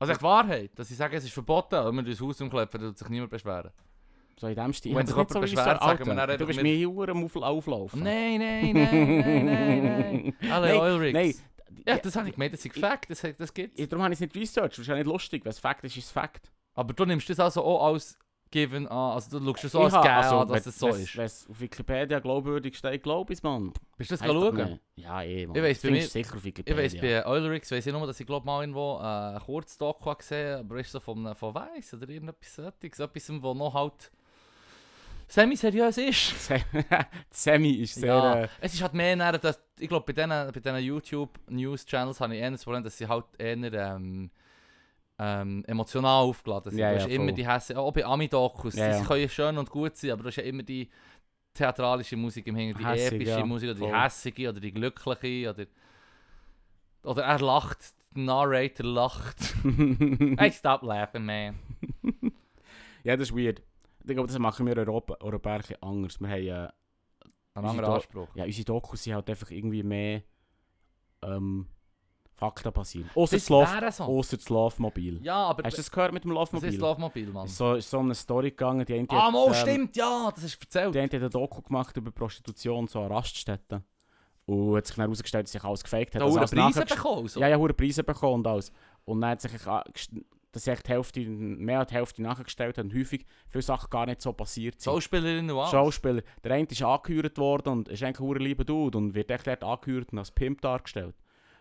Speaker 2: Also echt Wahrheit, dass sie sagen, es ist verboten, wenn wir das Haus umklopfen, dann wird sich niemand beschweren.
Speaker 1: so in dem Stil.
Speaker 2: Und wenn
Speaker 1: ich
Speaker 2: sich
Speaker 1: hab das
Speaker 2: jemand
Speaker 1: nicht so
Speaker 2: beschwert,
Speaker 1: wirklich
Speaker 2: sagen wir
Speaker 1: so
Speaker 2: dann
Speaker 1: erhalten. Du
Speaker 2: einfach
Speaker 1: bist
Speaker 2: mit-
Speaker 1: mir hier am Aufl- Auflaufen.
Speaker 2: Nein, nein, nein, nein, nein, nein. Alle
Speaker 1: Nein,
Speaker 2: Oil Rigs.
Speaker 1: Nein,
Speaker 2: Ja,
Speaker 1: ja,
Speaker 2: das habe ich gemeint, das ist Fact, das, das gibt's.
Speaker 1: ja, darum habe ich es nicht researched. Das ist ja nicht lustig, weil es Fakt ist, ist es Fakt.
Speaker 2: Aber du nimmst das also auch als Given an, also du schaust es so
Speaker 1: Ich
Speaker 2: als
Speaker 1: habe-
Speaker 2: Gegeben an, dass
Speaker 1: wenn-
Speaker 2: das so
Speaker 1: wenn-
Speaker 2: ist.
Speaker 1: Wenn es auf Wikipedia glaubwürdig steht, glaube ich es, Mann.
Speaker 2: Bist du das
Speaker 1: Heisst doch
Speaker 2: schauen?
Speaker 1: nicht. Ja, eh, Mann.
Speaker 2: Ich weiss,
Speaker 1: Das
Speaker 2: bei
Speaker 1: findest du sicher auf
Speaker 2: Ich
Speaker 1: Wikipedia.
Speaker 2: weiß bei Oil Rigs weiss ich nur, dass ich glaube mal irgendwo äh, einen kurzen Doku habe gesehen aber ist so von, von Weiss oder irgendetwas solches, etwas, wo noch halt semi-seriös ist.
Speaker 1: Sammy ist sehr...
Speaker 2: ja,
Speaker 1: äh,
Speaker 2: es ist halt mehr näher, dass, ich glaube bei diesen bei diesen YouTube-News-Channels habe ich eher das Problem, dass sie halt eher ähm, ähm, emotional aufgeladen sind.
Speaker 1: Ja,
Speaker 2: du
Speaker 1: ja,
Speaker 2: hast immer
Speaker 1: voll.
Speaker 2: die Hässe, auch bei Ami-Dokus,
Speaker 1: Ja,
Speaker 2: die
Speaker 1: ja.
Speaker 2: können schön und gut sein, aber du hast ja immer die theatralische Musik im Hintergrund, die
Speaker 1: Hässig,
Speaker 2: epische
Speaker 1: ja,
Speaker 2: Musik oder die
Speaker 1: voll.
Speaker 2: hässige oder die glückliche oder, oder er lacht, der Narrator lacht. hey, stop laughing, man.
Speaker 1: ja, das ist weird. Ich glaube, das machen wir Europa, Europäer ein bisschen anders. Wir haben... Äh,
Speaker 2: Ein
Speaker 1: Unsere
Speaker 2: anderer
Speaker 1: Do-
Speaker 2: Anspruch.
Speaker 1: ja, unsere Dokus sind halt einfach irgendwie mehr ähm, Fakten passiert. Außer das,
Speaker 2: Das
Speaker 1: Love,
Speaker 2: wäre so.
Speaker 1: ausser das Love Mobil.
Speaker 2: Ja, aber
Speaker 1: Hast du das gehört mit dem Love
Speaker 2: das ist
Speaker 1: Mobil?
Speaker 2: Love Mobil, Mann.
Speaker 1: Ist so, ist so eine Story gegangen, die eine
Speaker 2: Ah,
Speaker 1: hat,
Speaker 2: Mo,
Speaker 1: ähm,
Speaker 2: stimmt, ja, das ist erzählt.
Speaker 1: Die eine hat eine Doku gemacht über Prostitution so an Raststätten. Und hat sich dann herausgestellt, dass sich alles gefaked hat.
Speaker 2: Da
Speaker 1: Also als
Speaker 2: hat er Preise
Speaker 1: nachher-
Speaker 2: bekommen. So.
Speaker 1: Ja, ja, hure Preise bekommen und alles. Und dann hat sich eigentlich a- gest- dass sich die Hälfte, mehr als die Hälfte nachgestellt hat und häufig viele Sachen gar nicht so passiert sind.
Speaker 2: Schauspielerinnen und alles.
Speaker 1: Schauspieler. Der eine ist angehört worden und ist eigentlich ein hure lieber Dude und wird echt dort angehört und als Pimp dargestellt.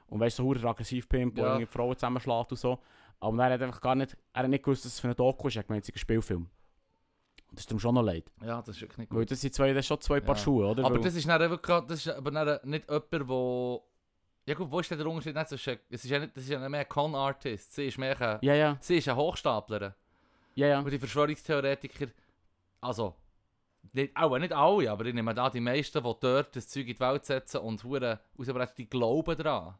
Speaker 1: Und weißt du, so ein aggressiv Pimp,
Speaker 2: Ja.
Speaker 1: der irgendwie Frauen zusammenschlägt und so. Aber er hat einfach gar nicht, er hat nicht gewusst, dass es für einen Doku ist, er hat gemeint, es ist ein Spielfilm. Und das ist ihm schon noch leid.
Speaker 2: Ja, das ist wirklich nicht gut.
Speaker 1: Weil das sind zwei, das sind schon zwei Paar
Speaker 2: Ja.
Speaker 1: Schuhe, oder?
Speaker 2: Aber
Speaker 1: Weil-
Speaker 2: das ist dann eben gerade, das ist aber dann nicht jemand, wo... Ja gut, wo ist denn der Unterschied? Nicht zwischen, es ist ja nicht, das ist ja mehr Con-Artist. Sie ist mehr ein,
Speaker 1: ja, ja,
Speaker 2: sie ist eine Hochstaplerin.
Speaker 1: ja, ja.
Speaker 2: Aber die Verschwörungstheoretiker, also... oh, Nicht, auch nicht alle, aber ich nehme an, die meisten, die dort das Zeug in die Welt setzen und hure rausbrechen, die glauben daran.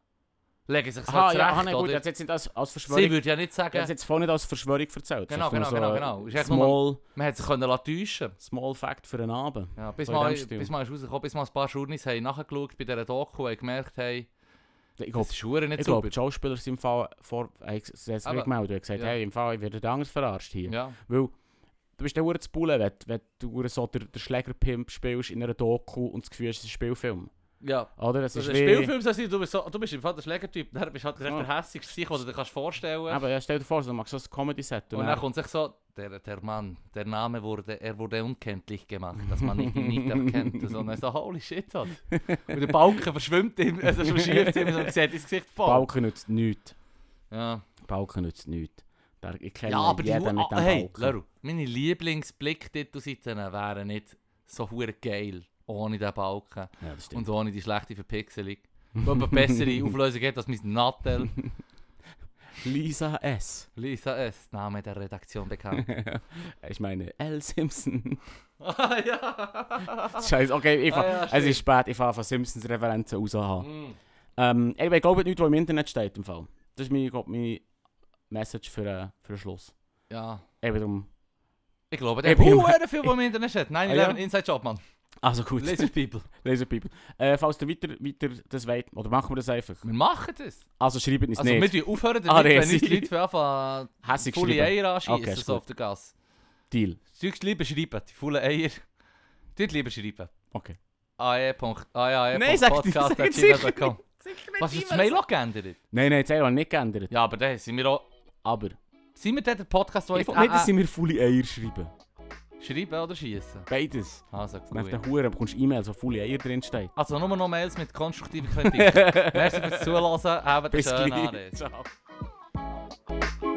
Speaker 2: Legen sich so
Speaker 1: Aha,
Speaker 2: zurecht,
Speaker 1: ja, aha, nein, gut,
Speaker 2: oder?
Speaker 1: er hat jetzt nicht als, als
Speaker 2: Sie
Speaker 1: Verschwörung,
Speaker 2: würde ja nicht
Speaker 1: er hat
Speaker 2: sagen,
Speaker 1: jetzt voll nicht als Verschwörung erzählt.
Speaker 2: Genau,
Speaker 1: Das ist nur
Speaker 2: genau, genau,
Speaker 1: ein
Speaker 2: genau. Ist echt nur
Speaker 1: Small,
Speaker 2: man hätte sich können lassen täuschen
Speaker 1: small Fact für einen Abend.
Speaker 2: Ja, bis,
Speaker 1: So in
Speaker 2: mal,
Speaker 1: dem Stil.
Speaker 2: bis mal ist rausgekommen, bis mal ein paar Journeys haben nachgeschaut bei dieser Doku und gemerkt haben,
Speaker 1: Ich glaub,
Speaker 2: das ist hure nicht
Speaker 1: Ich
Speaker 2: sauber.
Speaker 1: glaube, die Schauspieler sind im Fall vor, haben es
Speaker 2: Aber-
Speaker 1: gemeldet und gesagt,
Speaker 2: ja.
Speaker 1: hey, im Fall, ich werde anders verarscht hier.
Speaker 2: Ja.
Speaker 1: Weil du bist der Hure zu Bullen, wenn, wenn du hure so der, der Schlägerpimp spielst in einer Doku und das Gefühl hast, es ist ein Spielfilm.
Speaker 2: Ja.
Speaker 1: Oder? Es
Speaker 2: Das
Speaker 1: ist
Speaker 2: ist ein
Speaker 1: wie...
Speaker 2: Spielfilm soll sein, du bist, so, du bist im Fall der Schlägertyp, dann bist du halt direkt
Speaker 1: Ja.
Speaker 2: der hässigste Sieg, den du dir kannst vorstellen kannst.
Speaker 1: Aber ja, genau. stell dir vor, du machst so ein Comedy-Set.
Speaker 2: Und dann kommt sich so, der, der Mann, der Name wurde, er wurde unkenntlich gemacht, dass man ihn nicht erkennt. Und so, und dann so, holy shit, halt. Und der Balken verschwimmt ihm, also verschwirrt ihm, so und sieht ins Gesicht voll.
Speaker 1: Balken nützt nichts.
Speaker 2: Ja.
Speaker 1: Balken nützt nichts. Der, ich kenne
Speaker 2: Ja, aber die
Speaker 1: jeden
Speaker 2: Hu-
Speaker 1: mit
Speaker 2: ah,
Speaker 1: dem
Speaker 2: hey,
Speaker 1: Balken.
Speaker 2: Leru, meine Lieblingsblick-Titelseiten wären äh, nicht so hure geil ohne den Balken
Speaker 1: Ja, das stimmt.
Speaker 2: und ohne die schlechte Verpixelung. Wo eine bessere Auflösung hat als mein Nattel.
Speaker 1: Lisa S.
Speaker 2: Lisa S., Name der Redaktion bekannt.
Speaker 1: ich meine, L. Simpson.
Speaker 2: ah ja!
Speaker 1: Scheiße, okay, ich
Speaker 2: Ah,
Speaker 1: fa-
Speaker 2: ja,
Speaker 1: es ist spät, ich fange von Simpsons-Referenzen raushaben.
Speaker 2: Mm.
Speaker 1: Ähm, anyway, ich glaube nicht, was im Internet steht im Fall. Das ist meine, glaub, meine Message für, äh, für den Schluss.
Speaker 2: Ja.
Speaker 1: Eben darum.
Speaker 2: Ich glaube,
Speaker 1: Ich
Speaker 2: der
Speaker 1: bin-
Speaker 2: hure viel, was im Internet hat. 9-11
Speaker 1: Ah, ja?
Speaker 2: Inside Job, Mann.
Speaker 1: Also gut,
Speaker 2: Laser People.
Speaker 1: Laserpipe. Äh, falls ihr weiter, weiter das wollt, oder machen wir das einfach.
Speaker 2: Wir machen das.
Speaker 1: Also schreibt uns
Speaker 2: Also,
Speaker 1: nicht.
Speaker 2: wir tun aufhören damit,
Speaker 1: Ah,
Speaker 2: wenn
Speaker 1: nee,
Speaker 2: uns die
Speaker 1: sie-
Speaker 2: Leute anfangen,
Speaker 1: Hässig
Speaker 2: volle
Speaker 1: schreiben. Ah,
Speaker 2: Eier anschießen
Speaker 1: Okay, ist
Speaker 2: so
Speaker 1: gut.
Speaker 2: auf der Gasse.
Speaker 1: Deal.
Speaker 2: Zeugst lieber schreiben, die faulen Eier. Dort lieber schreiben.
Speaker 1: Okay.
Speaker 2: E
Speaker 1: Nein, sag die- sag die
Speaker 2: ae.ae.podcast.gmail.com Was ist das Mail auch geändert?
Speaker 1: Nein, nein, das haben wir nicht geändert.
Speaker 2: Ja, aber dann sind wir auch...
Speaker 1: Aber.
Speaker 2: Sind wir dort der Podcast, wo
Speaker 1: Ich will nicht, dass
Speaker 2: ah.
Speaker 1: sie mir volle Eier schreiben.
Speaker 2: schreiben oder schießen?
Speaker 1: Beides.
Speaker 2: Also
Speaker 1: Nach
Speaker 2: gut.
Speaker 1: den Huren bekommst du E-Mails, wo volle Eier drinstehen.
Speaker 2: Also nur noch Mails mit konstruktiver Kritik. Merci fürs Zuhören, habt einen
Speaker 1: Bis
Speaker 2: schönen
Speaker 1: gleich.
Speaker 2: Abend.
Speaker 1: Ciao.